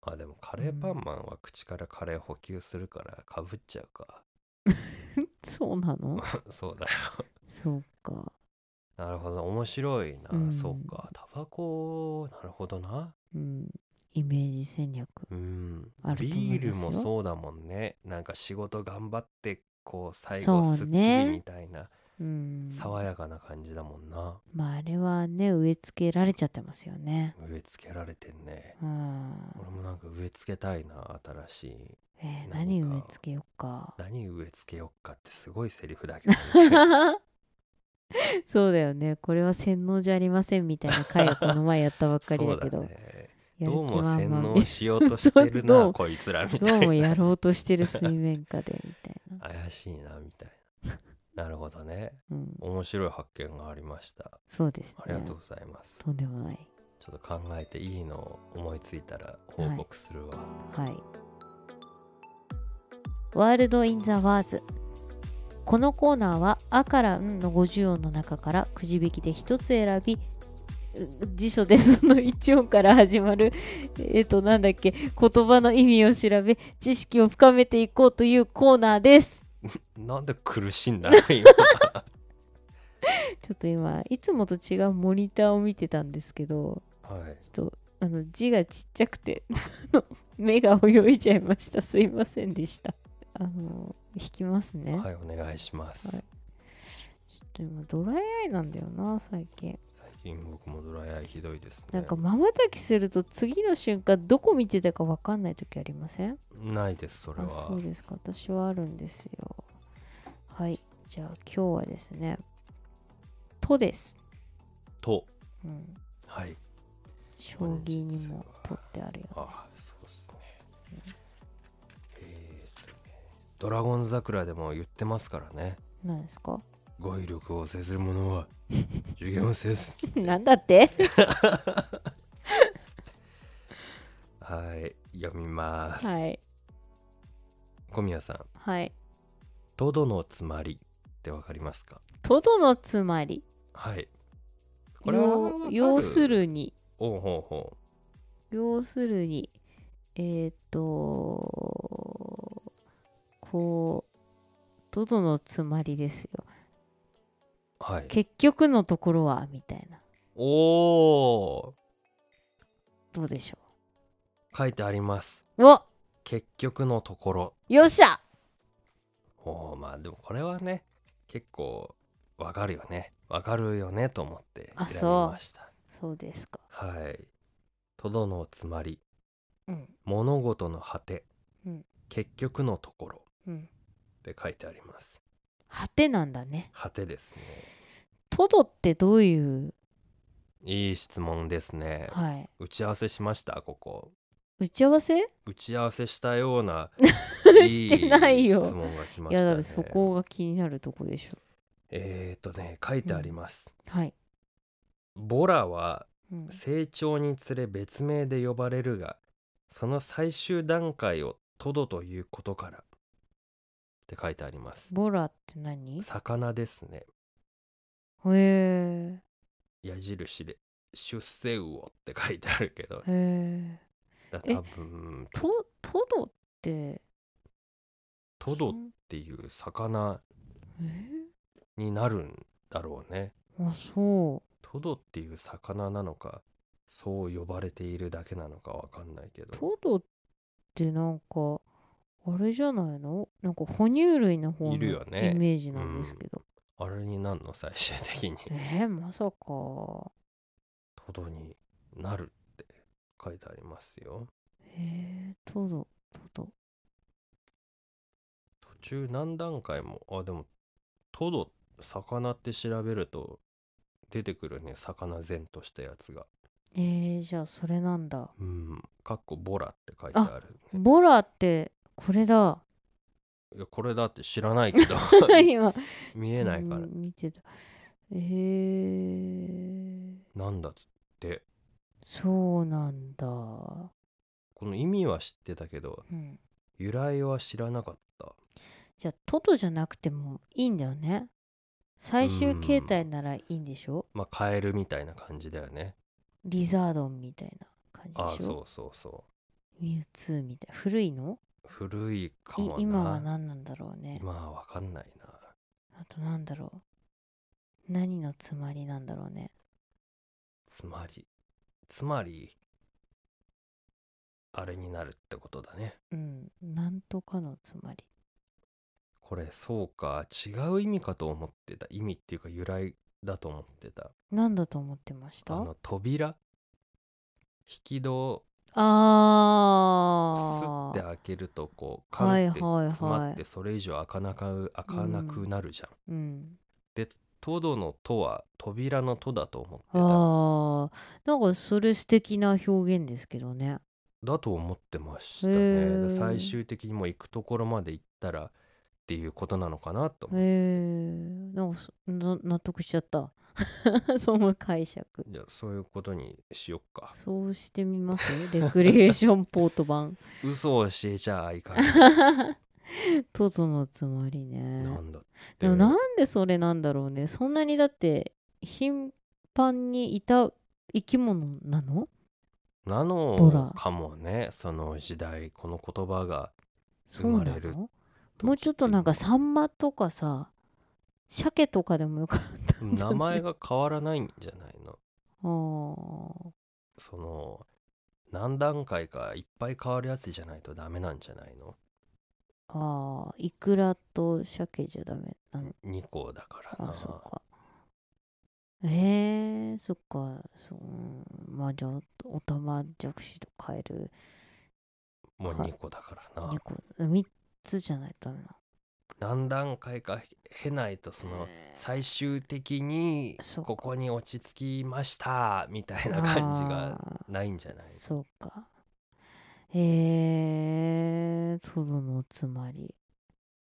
[SPEAKER 1] あでもカレーパンマンは口からカレー補給するからかぶっちゃうか
[SPEAKER 2] そうなの
[SPEAKER 1] そうだよ
[SPEAKER 2] そうか
[SPEAKER 1] なるほど面白いな、
[SPEAKER 2] うん
[SPEAKER 1] そうかタバコなるほどな
[SPEAKER 2] うんイメージ戦略
[SPEAKER 1] うん
[SPEAKER 2] あると思
[SPEAKER 1] ビ
[SPEAKER 2] い
[SPEAKER 1] ール
[SPEAKER 2] ますよ
[SPEAKER 1] もそうだもんねなんか仕事頑張ってこう最
[SPEAKER 2] そ
[SPEAKER 1] 後
[SPEAKER 2] う
[SPEAKER 1] すっき
[SPEAKER 2] ね
[SPEAKER 1] りみたいな、
[SPEAKER 2] うん
[SPEAKER 1] 爽やかな感じだもんな
[SPEAKER 2] まああれはね植え付けられちゃってますよね
[SPEAKER 1] 植え付けられてんね
[SPEAKER 2] うん
[SPEAKER 1] 俺もなんか植え付けたいな新しい
[SPEAKER 2] えー何
[SPEAKER 1] 何か
[SPEAKER 2] 植え付けようか
[SPEAKER 1] 何植え付けよっかってすごいセリフだけど ね
[SPEAKER 2] そうだよねこれは洗脳じゃありませんみたいな 回をこの前やったばっかり
[SPEAKER 1] そ
[SPEAKER 2] だ
[SPEAKER 1] うだ
[SPEAKER 2] けど、
[SPEAKER 1] ね
[SPEAKER 2] やる
[SPEAKER 1] どう
[SPEAKER 2] 気
[SPEAKER 1] も
[SPEAKER 2] 満
[SPEAKER 1] 洗
[SPEAKER 2] 々
[SPEAKER 1] 脳しようとしてる
[SPEAKER 2] そうど
[SPEAKER 1] な
[SPEAKER 2] う
[SPEAKER 1] こいつらみた
[SPEAKER 2] どう
[SPEAKER 1] い
[SPEAKER 2] も
[SPEAKER 1] な
[SPEAKER 2] やろうとしてる水面下でみたいな
[SPEAKER 1] 怪しいなみたいななるほどね
[SPEAKER 2] うん
[SPEAKER 1] 面白い発見がありました
[SPEAKER 2] そうです
[SPEAKER 1] あり
[SPEAKER 2] ね
[SPEAKER 1] がとうございます
[SPEAKER 2] とんでもない
[SPEAKER 1] ちょっと考えていいのを思いついたら報告するわ、
[SPEAKER 2] はい。ワールド・イン・ザ・ワーズこのコーナーは「あ」から「ん」の50音の中からくじ引きで1つ選びう辞書でその1音から始まるえっ、となんだっけ言葉の意味を調べ知識を深めていこうというコーナーです
[SPEAKER 1] なんで苦しんだの 今
[SPEAKER 2] ちょっと今いつもと違うモニターを見てたんですけど
[SPEAKER 1] はい
[SPEAKER 2] ちょっとあの字がちっちゃくて あの目が泳いじゃいましたすいませんでしたあの引きますね、
[SPEAKER 1] はいお願いします、
[SPEAKER 2] はいちょっと今ドライアイなんだよな最近
[SPEAKER 1] 最近僕もドライアイひどいですね
[SPEAKER 2] なんかまばたきすると次の瞬間どこ見てたか分かんない時ありません
[SPEAKER 1] ないですそれ
[SPEAKER 2] あ
[SPEAKER 1] は
[SPEAKER 2] そうですか私はあるんですよはいじゃあ今日はですね「と」です、
[SPEAKER 1] と
[SPEAKER 2] うん、
[SPEAKER 1] はい
[SPEAKER 2] 将棋にも「と」ってあるよ
[SPEAKER 1] あそうっすねえーっとねドラゴン桜でも言ってますからね
[SPEAKER 2] 何ですか
[SPEAKER 1] 語彙力を制する者は受験を制す
[SPEAKER 2] なんだって
[SPEAKER 1] はい読みます、
[SPEAKER 2] はい
[SPEAKER 1] 小宮さん
[SPEAKER 2] はい
[SPEAKER 1] 「とどのつまり」ってわかりますか
[SPEAKER 2] 「とどのつまり」
[SPEAKER 1] はいこれはわか
[SPEAKER 2] 要要するに
[SPEAKER 1] おうほうほ
[SPEAKER 2] 要するにえっ、とこうどどのつまりですよ
[SPEAKER 1] うはい
[SPEAKER 2] 結局のところはみたいな
[SPEAKER 1] おー
[SPEAKER 2] どうでしょ
[SPEAKER 1] 書いてあります
[SPEAKER 2] うお
[SPEAKER 1] 結局のところ
[SPEAKER 2] よっしゃ
[SPEAKER 1] おーまあでもこれはね結構わかるよねわかるよねと思って
[SPEAKER 2] あ
[SPEAKER 1] 選び
[SPEAKER 2] そう
[SPEAKER 1] ました
[SPEAKER 2] そうですか
[SPEAKER 1] はいとどのつまり
[SPEAKER 2] うん
[SPEAKER 1] 物事の果て、
[SPEAKER 2] うん
[SPEAKER 1] 結局のところ
[SPEAKER 2] うん
[SPEAKER 1] って書いてあります
[SPEAKER 2] 果てなんだね
[SPEAKER 1] 果てですね
[SPEAKER 2] とどってどういう
[SPEAKER 1] いい質問ですね
[SPEAKER 2] はい
[SPEAKER 1] 打ち合わせしましたここ
[SPEAKER 2] 打ち合わせい
[SPEAKER 1] 打ち合わせしたような
[SPEAKER 2] してないよ
[SPEAKER 1] い質問が来ましたね
[SPEAKER 2] やだってそこが気になるとこでしょ
[SPEAKER 1] えー、とね書いてあります、
[SPEAKER 2] はい、
[SPEAKER 1] ボラは
[SPEAKER 2] うん、
[SPEAKER 1] 成長につれ別名で呼ばれるがその最終段階をトドということからって書いてあります
[SPEAKER 2] ボラって何へ
[SPEAKER 1] 魚ですね
[SPEAKER 2] え
[SPEAKER 1] 矢印で出世魚って書いてあるけど
[SPEAKER 2] へえ
[SPEAKER 1] だ
[SPEAKER 2] え
[SPEAKER 1] 多分
[SPEAKER 2] ととどって
[SPEAKER 1] トドっ
[SPEAKER 2] うん
[SPEAKER 1] ていう魚
[SPEAKER 2] え
[SPEAKER 1] になるんだろうね
[SPEAKER 2] あそう
[SPEAKER 1] トドっていう魚なのかそう呼ばれているだけなのかわかんないけど
[SPEAKER 2] トドってなんかあれじゃないのなんか哺乳類の方の
[SPEAKER 1] い
[SPEAKER 2] イ
[SPEAKER 1] るよね
[SPEAKER 2] メージなんですけど、
[SPEAKER 1] あれになんの最終的に
[SPEAKER 2] えー、まさか
[SPEAKER 1] トドになるって書いてありますよ
[SPEAKER 2] えー、トドトド
[SPEAKER 1] 途中何段階もあでもトド魚って調べると出てくるね魚前としたやつが
[SPEAKER 2] えー、じゃあそれなんだ
[SPEAKER 1] うんかっこボラって書いてあるね
[SPEAKER 2] ボラってこ れだ
[SPEAKER 1] いやこれだって知らないけど
[SPEAKER 2] 今
[SPEAKER 1] 見えないから
[SPEAKER 2] うん見てたえー、
[SPEAKER 1] なんだっつって
[SPEAKER 2] そうなんだ
[SPEAKER 1] この意味は知ってたけど
[SPEAKER 2] うん
[SPEAKER 1] 由来は知らなかった
[SPEAKER 2] じゃあトドじゃなくてもいいんだよね最終形態ならいいんでしょ
[SPEAKER 1] まあカエルみたいな感じだよね
[SPEAKER 2] リザードンみたいな感じ
[SPEAKER 1] ああ
[SPEAKER 2] でしょ
[SPEAKER 1] そうそうそ
[SPEAKER 2] ミュウツーみたいな古いの
[SPEAKER 1] う古いか
[SPEAKER 2] い
[SPEAKER 1] もな
[SPEAKER 2] 今は何なんだろうね
[SPEAKER 1] 今はわかんないな
[SPEAKER 2] あと何だろう何のつまりなんだろうね
[SPEAKER 1] つまりつまりあれになるってことだね
[SPEAKER 2] うんなんとかのつまり
[SPEAKER 1] これそうか違う意味かと思ってた意味っていうか由来だと思ってた
[SPEAKER 2] 何だと思ってまし
[SPEAKER 1] あ
[SPEAKER 2] たあ
[SPEAKER 1] の扉引き戸をスッ
[SPEAKER 2] あ
[SPEAKER 1] て
[SPEAKER 2] ー
[SPEAKER 1] 開けるとこうカンって
[SPEAKER 2] はいはいはい
[SPEAKER 1] 詰まってそれ以上開かなか開かなくなるじゃん、
[SPEAKER 2] うん
[SPEAKER 1] トドの「と」は扉の「と」だと思ってた
[SPEAKER 2] あーなんかそれ素敵な表現ですけどね
[SPEAKER 1] だと思ってましたね、
[SPEAKER 2] へー
[SPEAKER 1] 最終的にもう行くところまで行ったらっていうことなのかなと
[SPEAKER 2] へ
[SPEAKER 1] 思って、
[SPEAKER 2] えなんかそな納得しちゃった その解釈
[SPEAKER 1] じゃあそういうことにしよっか
[SPEAKER 2] そうしてみます レクリエーションポート版
[SPEAKER 1] 嘘を教えちゃいかん
[SPEAKER 2] トドのつまりね
[SPEAKER 1] なんだっ
[SPEAKER 2] で
[SPEAKER 1] て
[SPEAKER 2] もなんでそれなんだろうねそんなにだって頻繁にいた生き物なの
[SPEAKER 1] な
[SPEAKER 2] ボラ
[SPEAKER 1] のかもねその時代この言葉が
[SPEAKER 2] そうな
[SPEAKER 1] 生まれる
[SPEAKER 2] のもうちょっとなんかサンマとかさ鮭とかでもよかったんじゃ
[SPEAKER 1] 名
[SPEAKER 2] な
[SPEAKER 1] 前
[SPEAKER 2] い
[SPEAKER 1] が変わらないんじゃないの
[SPEAKER 2] あー
[SPEAKER 1] その何段階かいっぱい変わるやつじゃないとダメなんじゃないの
[SPEAKER 2] あーイクラと鮭じゃダメなの
[SPEAKER 1] ?2 個だから
[SPEAKER 2] あ
[SPEAKER 1] な
[SPEAKER 2] そっかへえそっかそううんまあじゃあおたまじゃくしとカエル
[SPEAKER 1] もう
[SPEAKER 2] はい
[SPEAKER 1] 2個だからな
[SPEAKER 2] 猫3つじゃないとダメな
[SPEAKER 1] 何段階か経ないとその最終的に
[SPEAKER 2] そうか
[SPEAKER 1] ここに落ち着きましたみたいな感じが
[SPEAKER 2] あー
[SPEAKER 1] ないんじゃない
[SPEAKER 2] そうか。えー、トドのつまり。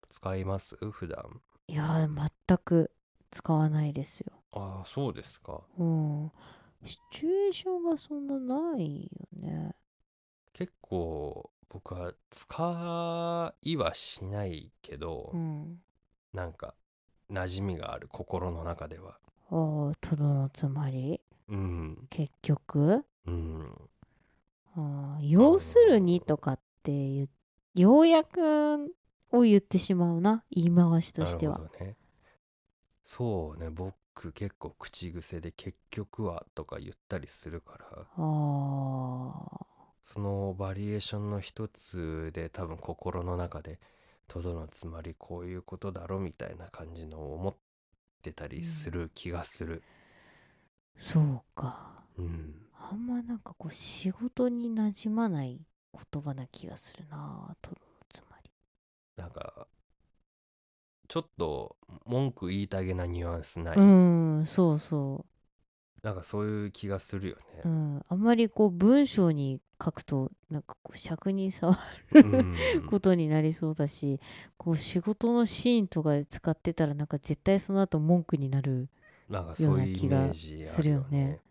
[SPEAKER 1] 使います普段
[SPEAKER 2] いやー、全く使わないですよ。
[SPEAKER 1] ああそうですか
[SPEAKER 2] うん。シチュエーションがそんなないよね。
[SPEAKER 1] 結構僕は使いはしないけど、
[SPEAKER 2] うん。
[SPEAKER 1] なんか馴染みがある心の中では
[SPEAKER 2] ああ、トドのつまり。
[SPEAKER 1] うん
[SPEAKER 2] 結局、
[SPEAKER 1] うん
[SPEAKER 2] あー要するにとかって言う、ようやくを言ってしまうな。言い回しとしては
[SPEAKER 1] な。るほどねそうね僕結構口癖で「結局は」とか言ったりするから
[SPEAKER 2] ああ。
[SPEAKER 1] そのバリエーションの一つで多分心の中で「とどのつまりこういうことだろ」みたいな感じのを思ってたりする気がする
[SPEAKER 2] そうか。
[SPEAKER 1] うん
[SPEAKER 2] あんまなんかこう仕事になじまない言葉な気がするなとつまり
[SPEAKER 1] なんかちょっと文句言いたげなニュアンスない、
[SPEAKER 2] うーんそうそ
[SPEAKER 1] なんかそういう気がするよね
[SPEAKER 2] う、うん、あんまりこう文章に書くとなんかこう尺に触
[SPEAKER 1] うん
[SPEAKER 2] る ことになりそうだしこう仕事のシーンとかで使ってたらなんか絶対その後文句になる、
[SPEAKER 1] なんかそういうイメージあるよね。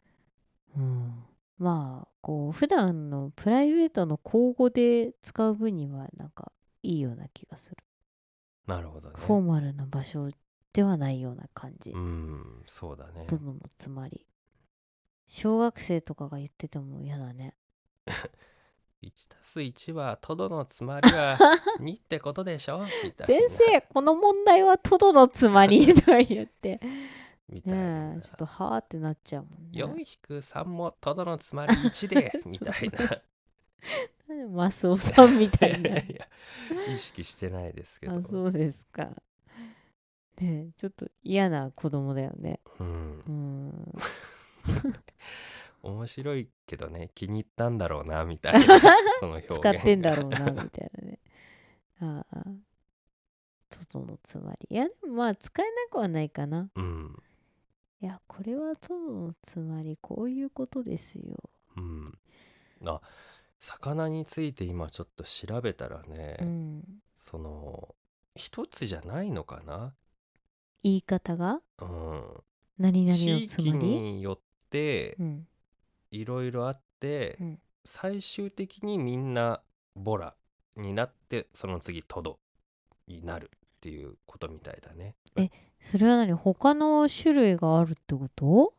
[SPEAKER 2] うん、まあこう普段のプライベートの口語で使う分にはなんかいいような気がする
[SPEAKER 1] なるほどね。
[SPEAKER 2] フォーマルな場所ではないような感じ
[SPEAKER 1] うん、そうだね。
[SPEAKER 2] どののつまり小学生とかが言ってても嫌だね
[SPEAKER 1] 1たす1はとどのつまり は2ってことでしょみたいな。
[SPEAKER 2] 先生この問題はトドのつまりとか言って
[SPEAKER 1] みたいな。
[SPEAKER 2] ねえちょっとはーってなっちゃうもんね
[SPEAKER 1] 4引く3もとどのつまり1です みたいな
[SPEAKER 2] なんでマスオさんみたい な
[SPEAKER 1] いや意識してないですけど
[SPEAKER 2] あそうですかねえちょっと嫌な子供だよね
[SPEAKER 1] うん
[SPEAKER 2] う、ん
[SPEAKER 1] 面白いけどね気に入ったんだろうなみたい なその表現
[SPEAKER 2] 使ってんだろう
[SPEAKER 1] が
[SPEAKER 2] なみたいなね ああとどのつまりいやでもまあ使えなくはないかな
[SPEAKER 1] うん
[SPEAKER 2] いやこれはとどのつまりこういうことですよ
[SPEAKER 1] うんあ魚について今ちょっと調べたらね、
[SPEAKER 2] うん
[SPEAKER 1] その一つじゃないのかな
[SPEAKER 2] 言い方が
[SPEAKER 1] うん
[SPEAKER 2] 何々
[SPEAKER 1] 地
[SPEAKER 2] のつ
[SPEAKER 1] 域
[SPEAKER 2] まり
[SPEAKER 1] によって
[SPEAKER 2] うん
[SPEAKER 1] いろいろあって、
[SPEAKER 2] うん
[SPEAKER 1] 最終的にみんなボラになってその次トドになるっていうことみたいだね
[SPEAKER 2] それは何他の種類があるってこと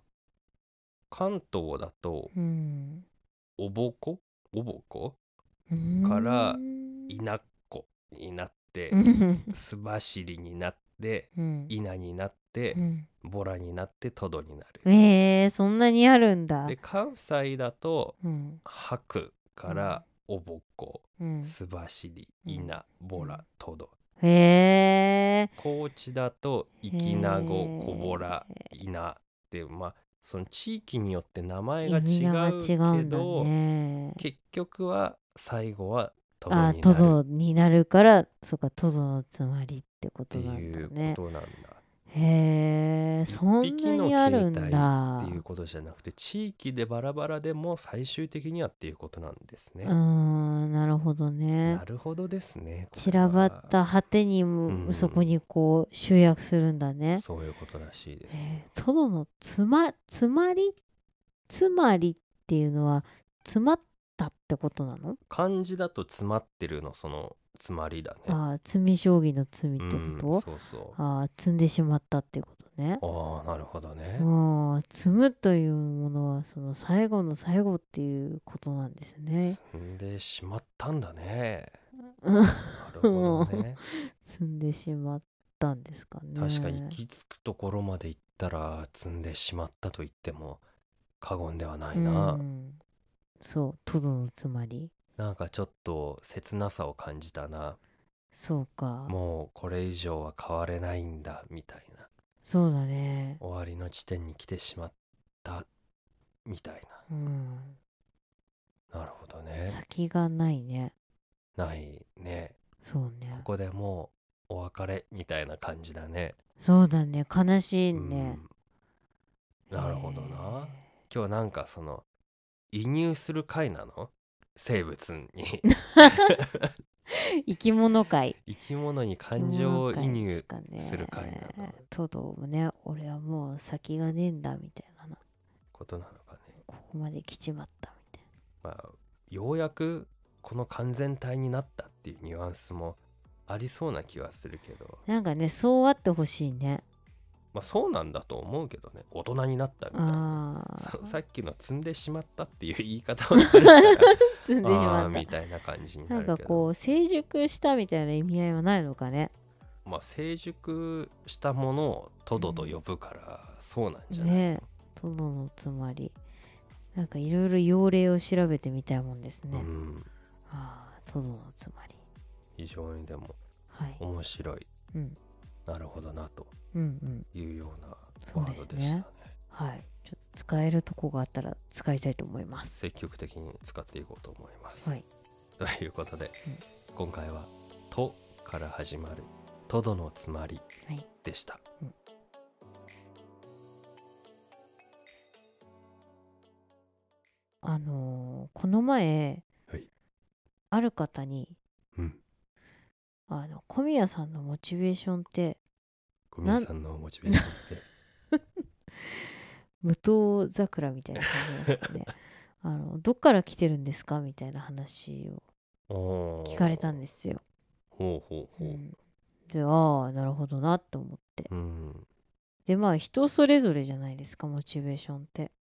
[SPEAKER 1] 関東だと
[SPEAKER 2] うん
[SPEAKER 1] おぼこおぼこ
[SPEAKER 2] うーん
[SPEAKER 1] から
[SPEAKER 2] うん
[SPEAKER 1] いなっこになってすばしりになって
[SPEAKER 2] うん
[SPEAKER 1] いなになって
[SPEAKER 2] うん
[SPEAKER 1] ボラになってトドになる
[SPEAKER 2] えー、そんなにあるんだ
[SPEAKER 1] で関西だと
[SPEAKER 2] うん
[SPEAKER 1] 白からおぼこ
[SPEAKER 2] うん
[SPEAKER 1] すばしりいなボ
[SPEAKER 2] うん
[SPEAKER 1] ラトド
[SPEAKER 2] へえ
[SPEAKER 1] 高知だといきな
[SPEAKER 2] へ
[SPEAKER 1] ご
[SPEAKER 2] ー
[SPEAKER 1] こぼらいなってまあその地域によって名前が違うけ
[SPEAKER 2] 違うんだ
[SPEAKER 1] ど、
[SPEAKER 2] ね
[SPEAKER 1] 結局は最後はトド
[SPEAKER 2] あ
[SPEAKER 1] に
[SPEAKER 2] ト
[SPEAKER 1] なる
[SPEAKER 2] ドになるからそうかトドのつまりってこ
[SPEAKER 1] って
[SPEAKER 2] となん
[SPEAKER 1] い
[SPEAKER 2] だ
[SPEAKER 1] う
[SPEAKER 2] ね
[SPEAKER 1] ことなんだ。
[SPEAKER 2] へえそん
[SPEAKER 1] 一
[SPEAKER 2] な
[SPEAKER 1] 匹の
[SPEAKER 2] にあるんだ
[SPEAKER 1] 形態っていうことじゃなくて地域でバラバラでも最終的にはっていうことなんですね。
[SPEAKER 2] うーんなるほどね
[SPEAKER 1] なるほどですね。これは
[SPEAKER 2] 散らばった果てに
[SPEAKER 1] うん
[SPEAKER 2] もそこにこう集約するんだね、
[SPEAKER 1] そういうことらしいです。
[SPEAKER 2] えートドのつまつまりつまりっていうのは詰まったってことなの、
[SPEAKER 1] 漢字だと詰まってるのその詰まりだね。
[SPEAKER 2] ああ詰将棋の詰
[SPEAKER 1] う
[SPEAKER 2] ってこ
[SPEAKER 1] ん
[SPEAKER 2] と、
[SPEAKER 1] そうそう。
[SPEAKER 2] ああ積んでしまったってことね。
[SPEAKER 1] ああなるほどね。
[SPEAKER 2] ああ積むというものはその最後の最後っていうことなんですね。
[SPEAKER 1] 積んでしまったんだね。
[SPEAKER 2] うん
[SPEAKER 1] なるほど ね。
[SPEAKER 2] 積んでしまったんですかね。
[SPEAKER 1] 確かに行き着くところまで行ったら積んでしまったと言っても過言ではないな。
[SPEAKER 2] うんそうトドのつまり
[SPEAKER 1] なんかちょっと切なさを感じたな。
[SPEAKER 2] そうか
[SPEAKER 1] もうこれ以上は変われないんだみたいな。
[SPEAKER 2] そうだね。
[SPEAKER 1] 終わりの地点に来てしまったみたい
[SPEAKER 2] うん
[SPEAKER 1] な。なるほどね。
[SPEAKER 2] 先がないね。
[SPEAKER 1] ないね。
[SPEAKER 2] そう
[SPEAKER 1] こ
[SPEAKER 2] ね。
[SPEAKER 1] こでもうお別れみたいな感じだね。
[SPEAKER 2] そうだね悲しいね。
[SPEAKER 1] うん、なるほどな。今日なんかその移入する回なの生物 に
[SPEAKER 2] へー。生き物界。
[SPEAKER 1] 生き物に感情移入する
[SPEAKER 2] か
[SPEAKER 1] 回
[SPEAKER 2] ね
[SPEAKER 1] なの
[SPEAKER 2] トドもね俺はもう先がねえんだみたいなな
[SPEAKER 1] ことなのかね、
[SPEAKER 2] ここまで来ちまったみたい
[SPEAKER 1] まあ、ようやくこの完全体になったっていうニュアンスもありそうな気はするけど、
[SPEAKER 2] ななんかねそうあってほしいね
[SPEAKER 1] まあ、そうなんだと思うけどね大人になったみたいな
[SPEAKER 2] あ
[SPEAKER 1] さ
[SPEAKER 2] あ
[SPEAKER 1] さっきの積んでしまったっていう言い方をする から
[SPEAKER 2] 積んで
[SPEAKER 1] あ
[SPEAKER 2] しま
[SPEAKER 1] ー
[SPEAKER 2] っ
[SPEAKER 1] み
[SPEAKER 2] た
[SPEAKER 1] たいな感じにな
[SPEAKER 2] な
[SPEAKER 1] る
[SPEAKER 2] ん
[SPEAKER 1] けど
[SPEAKER 2] かこう成熟したみたいな意味合いはないのかね
[SPEAKER 1] まあ、成熟したものをトドと呼ぶから、そうなんじゃない、
[SPEAKER 2] ねえトドのつまりなんかいろいろ用例を調べてみたいもんです
[SPEAKER 1] う
[SPEAKER 2] ね、
[SPEAKER 1] ん、
[SPEAKER 2] ああトドのつまり
[SPEAKER 1] 非常にでも
[SPEAKER 2] はい、
[SPEAKER 1] 面白い
[SPEAKER 2] うん、
[SPEAKER 1] なるほどなと
[SPEAKER 2] うんうん
[SPEAKER 1] いうような
[SPEAKER 2] そう
[SPEAKER 1] ワード
[SPEAKER 2] で
[SPEAKER 1] でし
[SPEAKER 2] す
[SPEAKER 1] た
[SPEAKER 2] ね
[SPEAKER 1] ね
[SPEAKER 2] はいちょっと使えるとこがあったら使いたいと思います
[SPEAKER 1] 積極的に使っていこうと思います、
[SPEAKER 2] はい
[SPEAKER 1] ということで、今回は「と」から始まる「とどのつまり
[SPEAKER 2] はい」
[SPEAKER 1] でした、
[SPEAKER 2] うんあのーこの前、
[SPEAKER 1] はい
[SPEAKER 2] ある方に
[SPEAKER 1] うん
[SPEAKER 2] あの小宮さんのモチベーションって
[SPEAKER 1] 小宮さんのモチベーションって
[SPEAKER 2] 無糖桜みたいな感じですかねあのどっから来てるんですかみたいな話を
[SPEAKER 1] おー
[SPEAKER 2] 聞かれたんですよ。
[SPEAKER 1] ほうほう
[SPEAKER 2] う
[SPEAKER 1] ほう、
[SPEAKER 2] んでああなるほどなって思って
[SPEAKER 1] うん、
[SPEAKER 2] でまあ人それぞれじゃないですかモチベーションって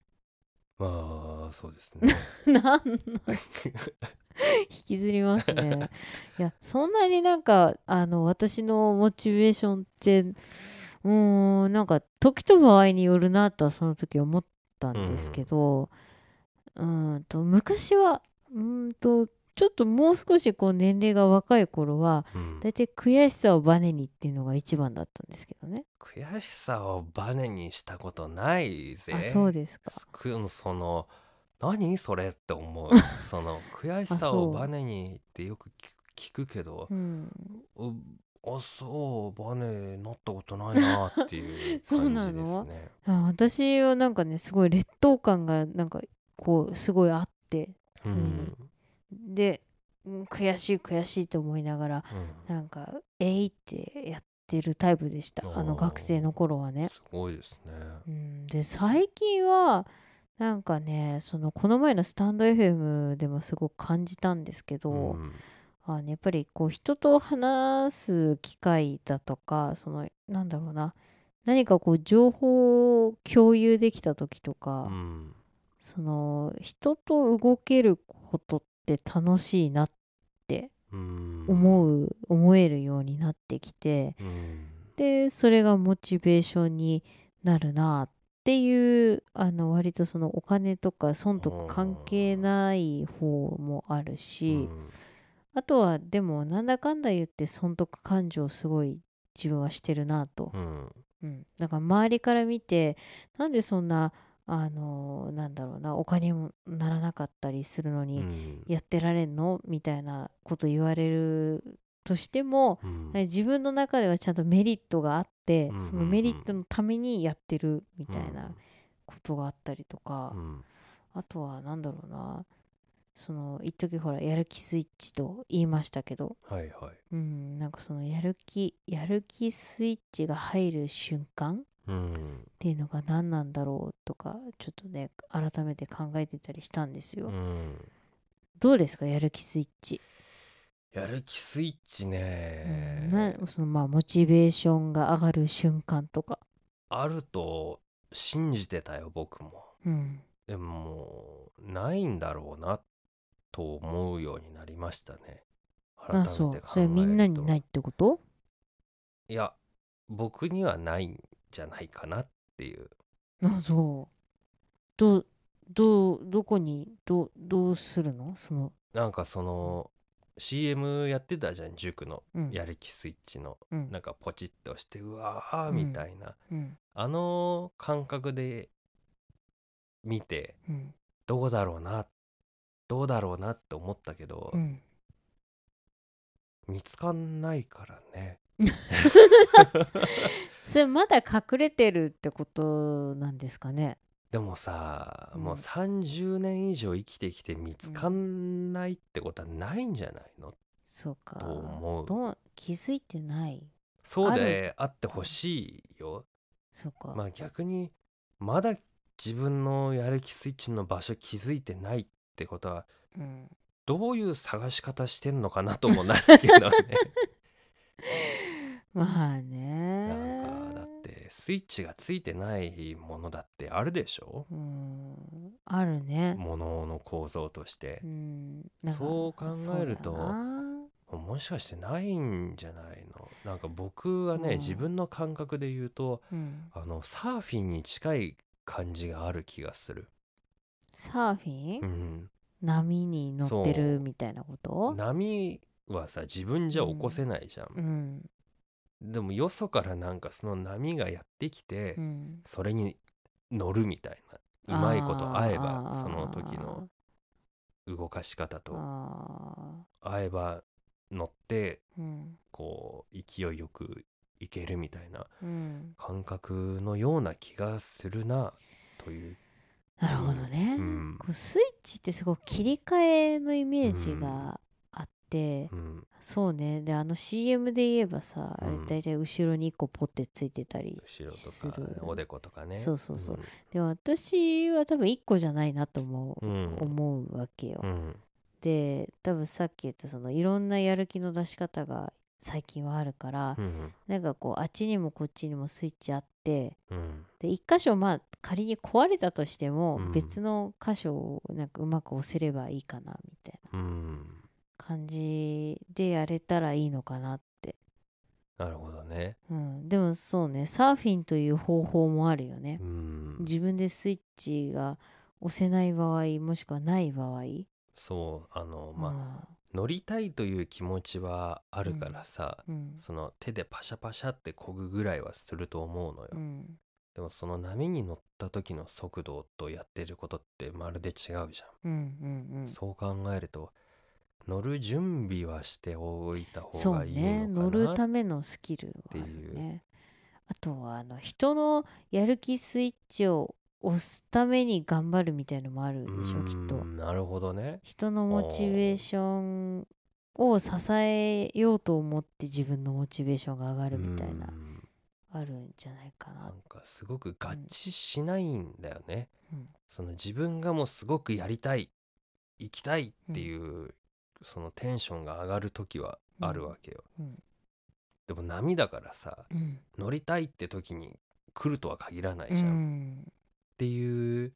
[SPEAKER 1] まあそうですね
[SPEAKER 2] なんなん引きずりますねいやそんなになんかあの私のモチベーションってううーんなんか時と場合によるなとはその時思ったんですけど、うーん、と昔はうーんとちょっともう少しこう年齢が若い頃は
[SPEAKER 1] うん
[SPEAKER 2] 大体悔しさをバネにっていうのが一番だったんですけどね。
[SPEAKER 1] 悔しさをバネにしたことないぜ
[SPEAKER 2] あそうですか。
[SPEAKER 1] くその何それって 思うその悔しさをバネにってよく聞く聞くけど
[SPEAKER 2] うん、
[SPEAKER 1] うあそうバネなったことないなっていう
[SPEAKER 2] そう
[SPEAKER 1] 感
[SPEAKER 2] な
[SPEAKER 1] じで
[SPEAKER 2] の
[SPEAKER 1] すね。
[SPEAKER 2] あ私はなんかねすごい劣等感がなんかこうすごいあって
[SPEAKER 1] う
[SPEAKER 2] 常に、
[SPEAKER 1] ん
[SPEAKER 2] でうん悔しい悔しいと思いながら
[SPEAKER 1] うん
[SPEAKER 2] なんかえいってやってるタイプでしたあの
[SPEAKER 1] おー
[SPEAKER 2] 学生の頃はね。
[SPEAKER 1] すごいですね。
[SPEAKER 2] うん、で最近はなんかねそのこの前のスタンド FM でもすごく感じたんですけど、
[SPEAKER 1] うん
[SPEAKER 2] あのやっぱりこう人と話す機会だとかそのなんだろうな何かこう情報を共有できた時とか、
[SPEAKER 1] うん
[SPEAKER 2] その人と動けることって楽しいなって
[SPEAKER 1] うん
[SPEAKER 2] 思う、思えるようになってきて
[SPEAKER 1] うん
[SPEAKER 2] でそれがモチベーションになるなっていうあの割とそのお金とか損得関係ない方もあるし。
[SPEAKER 1] うん
[SPEAKER 2] あとはでもなんだかんだ言って損得感情をすごい自分はしてるなと、
[SPEAKER 1] うん
[SPEAKER 2] うん、だから周りから見てなんでそんなあのーなんだろうなお金にもならなかったりするの
[SPEAKER 1] う
[SPEAKER 2] に
[SPEAKER 1] ん
[SPEAKER 2] やってられんのみたいなこと言われるとしても
[SPEAKER 1] うん
[SPEAKER 2] 自分の中ではちゃんとメリットがあって
[SPEAKER 1] うんうんうん
[SPEAKER 2] そのメリットのためにやってるみたいなことがあったりとか
[SPEAKER 1] うん
[SPEAKER 2] あとはなんだろうなその一時ほらやる気スイッチと言いましたけど
[SPEAKER 1] はいはい。
[SPEAKER 2] うん、なんかそのやる気やる気スイッチが入る瞬間っ
[SPEAKER 1] うん
[SPEAKER 2] ていうのが何なんだろうとかちょっとね改めて考えてたりしたんですよ、
[SPEAKER 1] うん
[SPEAKER 2] どうですかやる気スイッチ、
[SPEAKER 1] やる気スイッチ
[SPEAKER 2] うん
[SPEAKER 1] ね。
[SPEAKER 2] なそのまあモチベーションが上がる瞬間とか
[SPEAKER 1] あると信じてたよ僕も
[SPEAKER 2] うん
[SPEAKER 1] でももうないんだろうなと思うようになりましたね改め
[SPEAKER 2] あ
[SPEAKER 1] て考
[SPEAKER 2] そ
[SPEAKER 1] える
[SPEAKER 2] う
[SPEAKER 1] と
[SPEAKER 2] それみんなにないってこと
[SPEAKER 1] いや僕にはないんじゃないかなっていう
[SPEAKER 2] あそうどうどうどこにどうどうするのその、
[SPEAKER 1] なんかその CM やってたじゃん塾の
[SPEAKER 2] うん、
[SPEAKER 1] やる気スイッチの
[SPEAKER 2] うん
[SPEAKER 1] なんかポチッとしてうわー
[SPEAKER 2] うん
[SPEAKER 1] みたいな、
[SPEAKER 2] うん
[SPEAKER 1] あの感覚で見て
[SPEAKER 2] うん
[SPEAKER 1] どうだろうなどうだろうなって思ったけど、
[SPEAKER 2] うん
[SPEAKER 1] 見つかんないからね
[SPEAKER 2] それまだ隠れてるってことなんですかね
[SPEAKER 1] でもさ、
[SPEAKER 2] うん
[SPEAKER 1] もう30年以上生きてきて見つかんないってことはないんじゃないの、
[SPEAKER 2] そうか。
[SPEAKER 1] と思う
[SPEAKER 2] どう気づいてない。
[SPEAKER 1] そうであってほしいよ
[SPEAKER 2] そうか。
[SPEAKER 1] まあ逆にまだ自分のやる気スイッチの場所気づいてないってことは
[SPEAKER 2] うん。
[SPEAKER 1] どういう探し方してんのかなともなるけ どね
[SPEAKER 2] まあ
[SPEAKER 1] なん
[SPEAKER 2] ね。
[SPEAKER 1] かだってスイッチがついてないものだってあるでしょ
[SPEAKER 2] うん。あるね。
[SPEAKER 1] ものの構造として
[SPEAKER 2] うん。なんか
[SPEAKER 1] そう考えると
[SPEAKER 2] そうだな
[SPEAKER 1] もしかしてないんじゃないのなんか僕はね、
[SPEAKER 2] うん
[SPEAKER 1] 自分の感覚で言うと
[SPEAKER 2] うん。
[SPEAKER 1] あのサーフィンに近い感じがある気がする、
[SPEAKER 2] サーフィン、
[SPEAKER 1] うん、
[SPEAKER 2] 波に乗って
[SPEAKER 1] そう
[SPEAKER 2] るみたいなこと？
[SPEAKER 1] 波はさ自分じゃ起こせないじゃ、
[SPEAKER 2] うんん。
[SPEAKER 1] でもよそからなんかその波がやってきて、
[SPEAKER 2] うん。
[SPEAKER 1] それに乗るみたいなうまいこと合え
[SPEAKER 2] あ
[SPEAKER 1] ば
[SPEAKER 2] ー
[SPEAKER 1] その時の。動かし方
[SPEAKER 2] あー
[SPEAKER 1] と
[SPEAKER 2] あ
[SPEAKER 1] 合えば乗って
[SPEAKER 2] ー。うん。
[SPEAKER 1] こう勢いよくいけるみたいな
[SPEAKER 2] うん。
[SPEAKER 1] 感覚のような気がするなという
[SPEAKER 2] なるほどね、
[SPEAKER 1] うん
[SPEAKER 2] こうスイッチってすごく切り替えのイメージがあって、
[SPEAKER 1] うん
[SPEAKER 2] そうねであの CM で言えばさ、あれ
[SPEAKER 1] うん
[SPEAKER 2] 大体後ろに1個ポってついてたり
[SPEAKER 1] 後ろ
[SPEAKER 2] す
[SPEAKER 1] と
[SPEAKER 2] る
[SPEAKER 1] かおでことかね
[SPEAKER 2] そうそうそうでも私は多分1個じゃないなとも
[SPEAKER 1] うんうん
[SPEAKER 2] 思うわけよ、
[SPEAKER 1] うん
[SPEAKER 2] で多分さっき言ったそのいろんなやる気の出し方が最近はあるから、
[SPEAKER 1] うん
[SPEAKER 2] なんかこうあっちにもこっちにもスイッチあって
[SPEAKER 1] うん
[SPEAKER 2] で1箇所まあ仮に壊れたとしても
[SPEAKER 1] うん
[SPEAKER 2] 別の箇所をなんかうまく押せればいいかなみたいな
[SPEAKER 1] うん
[SPEAKER 2] 感じでやれたらいいのかなって
[SPEAKER 1] なるほどね
[SPEAKER 2] うん、でもそうねサーフィンという方法もあるよね
[SPEAKER 1] う、ん
[SPEAKER 2] 自分でスイッチが押せない場合もしくはない場合
[SPEAKER 1] そうあのまあ、乗りたいという気持ちはあるからさ、
[SPEAKER 2] うんうん
[SPEAKER 1] その手でパシャパシャって漕ぐぐらいはすると思うのよ、
[SPEAKER 2] うん
[SPEAKER 1] でもその波に乗った時の速度とやってることってまるで違うじゃん、
[SPEAKER 2] うんうんうん
[SPEAKER 1] そう考えると乗る準備はしておいた方
[SPEAKER 2] そう
[SPEAKER 1] がいい
[SPEAKER 2] ね乗
[SPEAKER 1] の
[SPEAKER 2] る
[SPEAKER 1] かな
[SPEAKER 2] ためのスキルはある
[SPEAKER 1] って
[SPEAKER 2] ねあとはあの人のやる気スイッチを押すために頑張るみたいのもあるでしょ
[SPEAKER 1] う
[SPEAKER 2] きっ
[SPEAKER 1] ー
[SPEAKER 2] と
[SPEAKER 1] んなるほどね
[SPEAKER 2] 人のモチベーションを支えようと思って自分のモチベーションが上がるみたいう
[SPEAKER 1] ー
[SPEAKER 2] なんあるんじゃないか
[SPEAKER 1] な
[SPEAKER 2] なん
[SPEAKER 1] かすごく合致しないんだよね、
[SPEAKER 2] うん
[SPEAKER 1] その自分がもうすごくやりたい行きたいっていう、そのテンションが上がる時はあるわけよ、
[SPEAKER 2] うん
[SPEAKER 1] でも波だからさ
[SPEAKER 2] うん
[SPEAKER 1] 乗りたいって時に来るとは限らな
[SPEAKER 2] う
[SPEAKER 1] いじゃん、っ
[SPEAKER 2] ん
[SPEAKER 1] ていう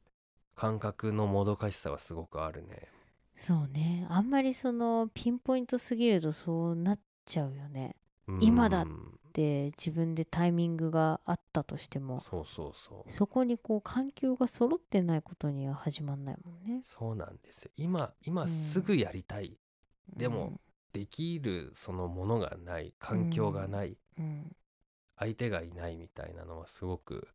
[SPEAKER 1] 感覚のもどかしさはすごくあるね
[SPEAKER 2] そうねあんまりそのピンポイントすぎるとそうなっちゃうよね今だ
[SPEAKER 1] うん
[SPEAKER 2] で自分でタイミングがあったとしても
[SPEAKER 1] そうそうそう
[SPEAKER 2] そこにこう環境が揃ってないことには始まんないもんね。
[SPEAKER 1] そうなんですよ今
[SPEAKER 2] う
[SPEAKER 1] 今
[SPEAKER 2] ん
[SPEAKER 1] すぐやりたい、でも
[SPEAKER 2] うん
[SPEAKER 1] できるそのものがない環境がない、
[SPEAKER 2] うん
[SPEAKER 1] 相手がいないみたいなのはすごく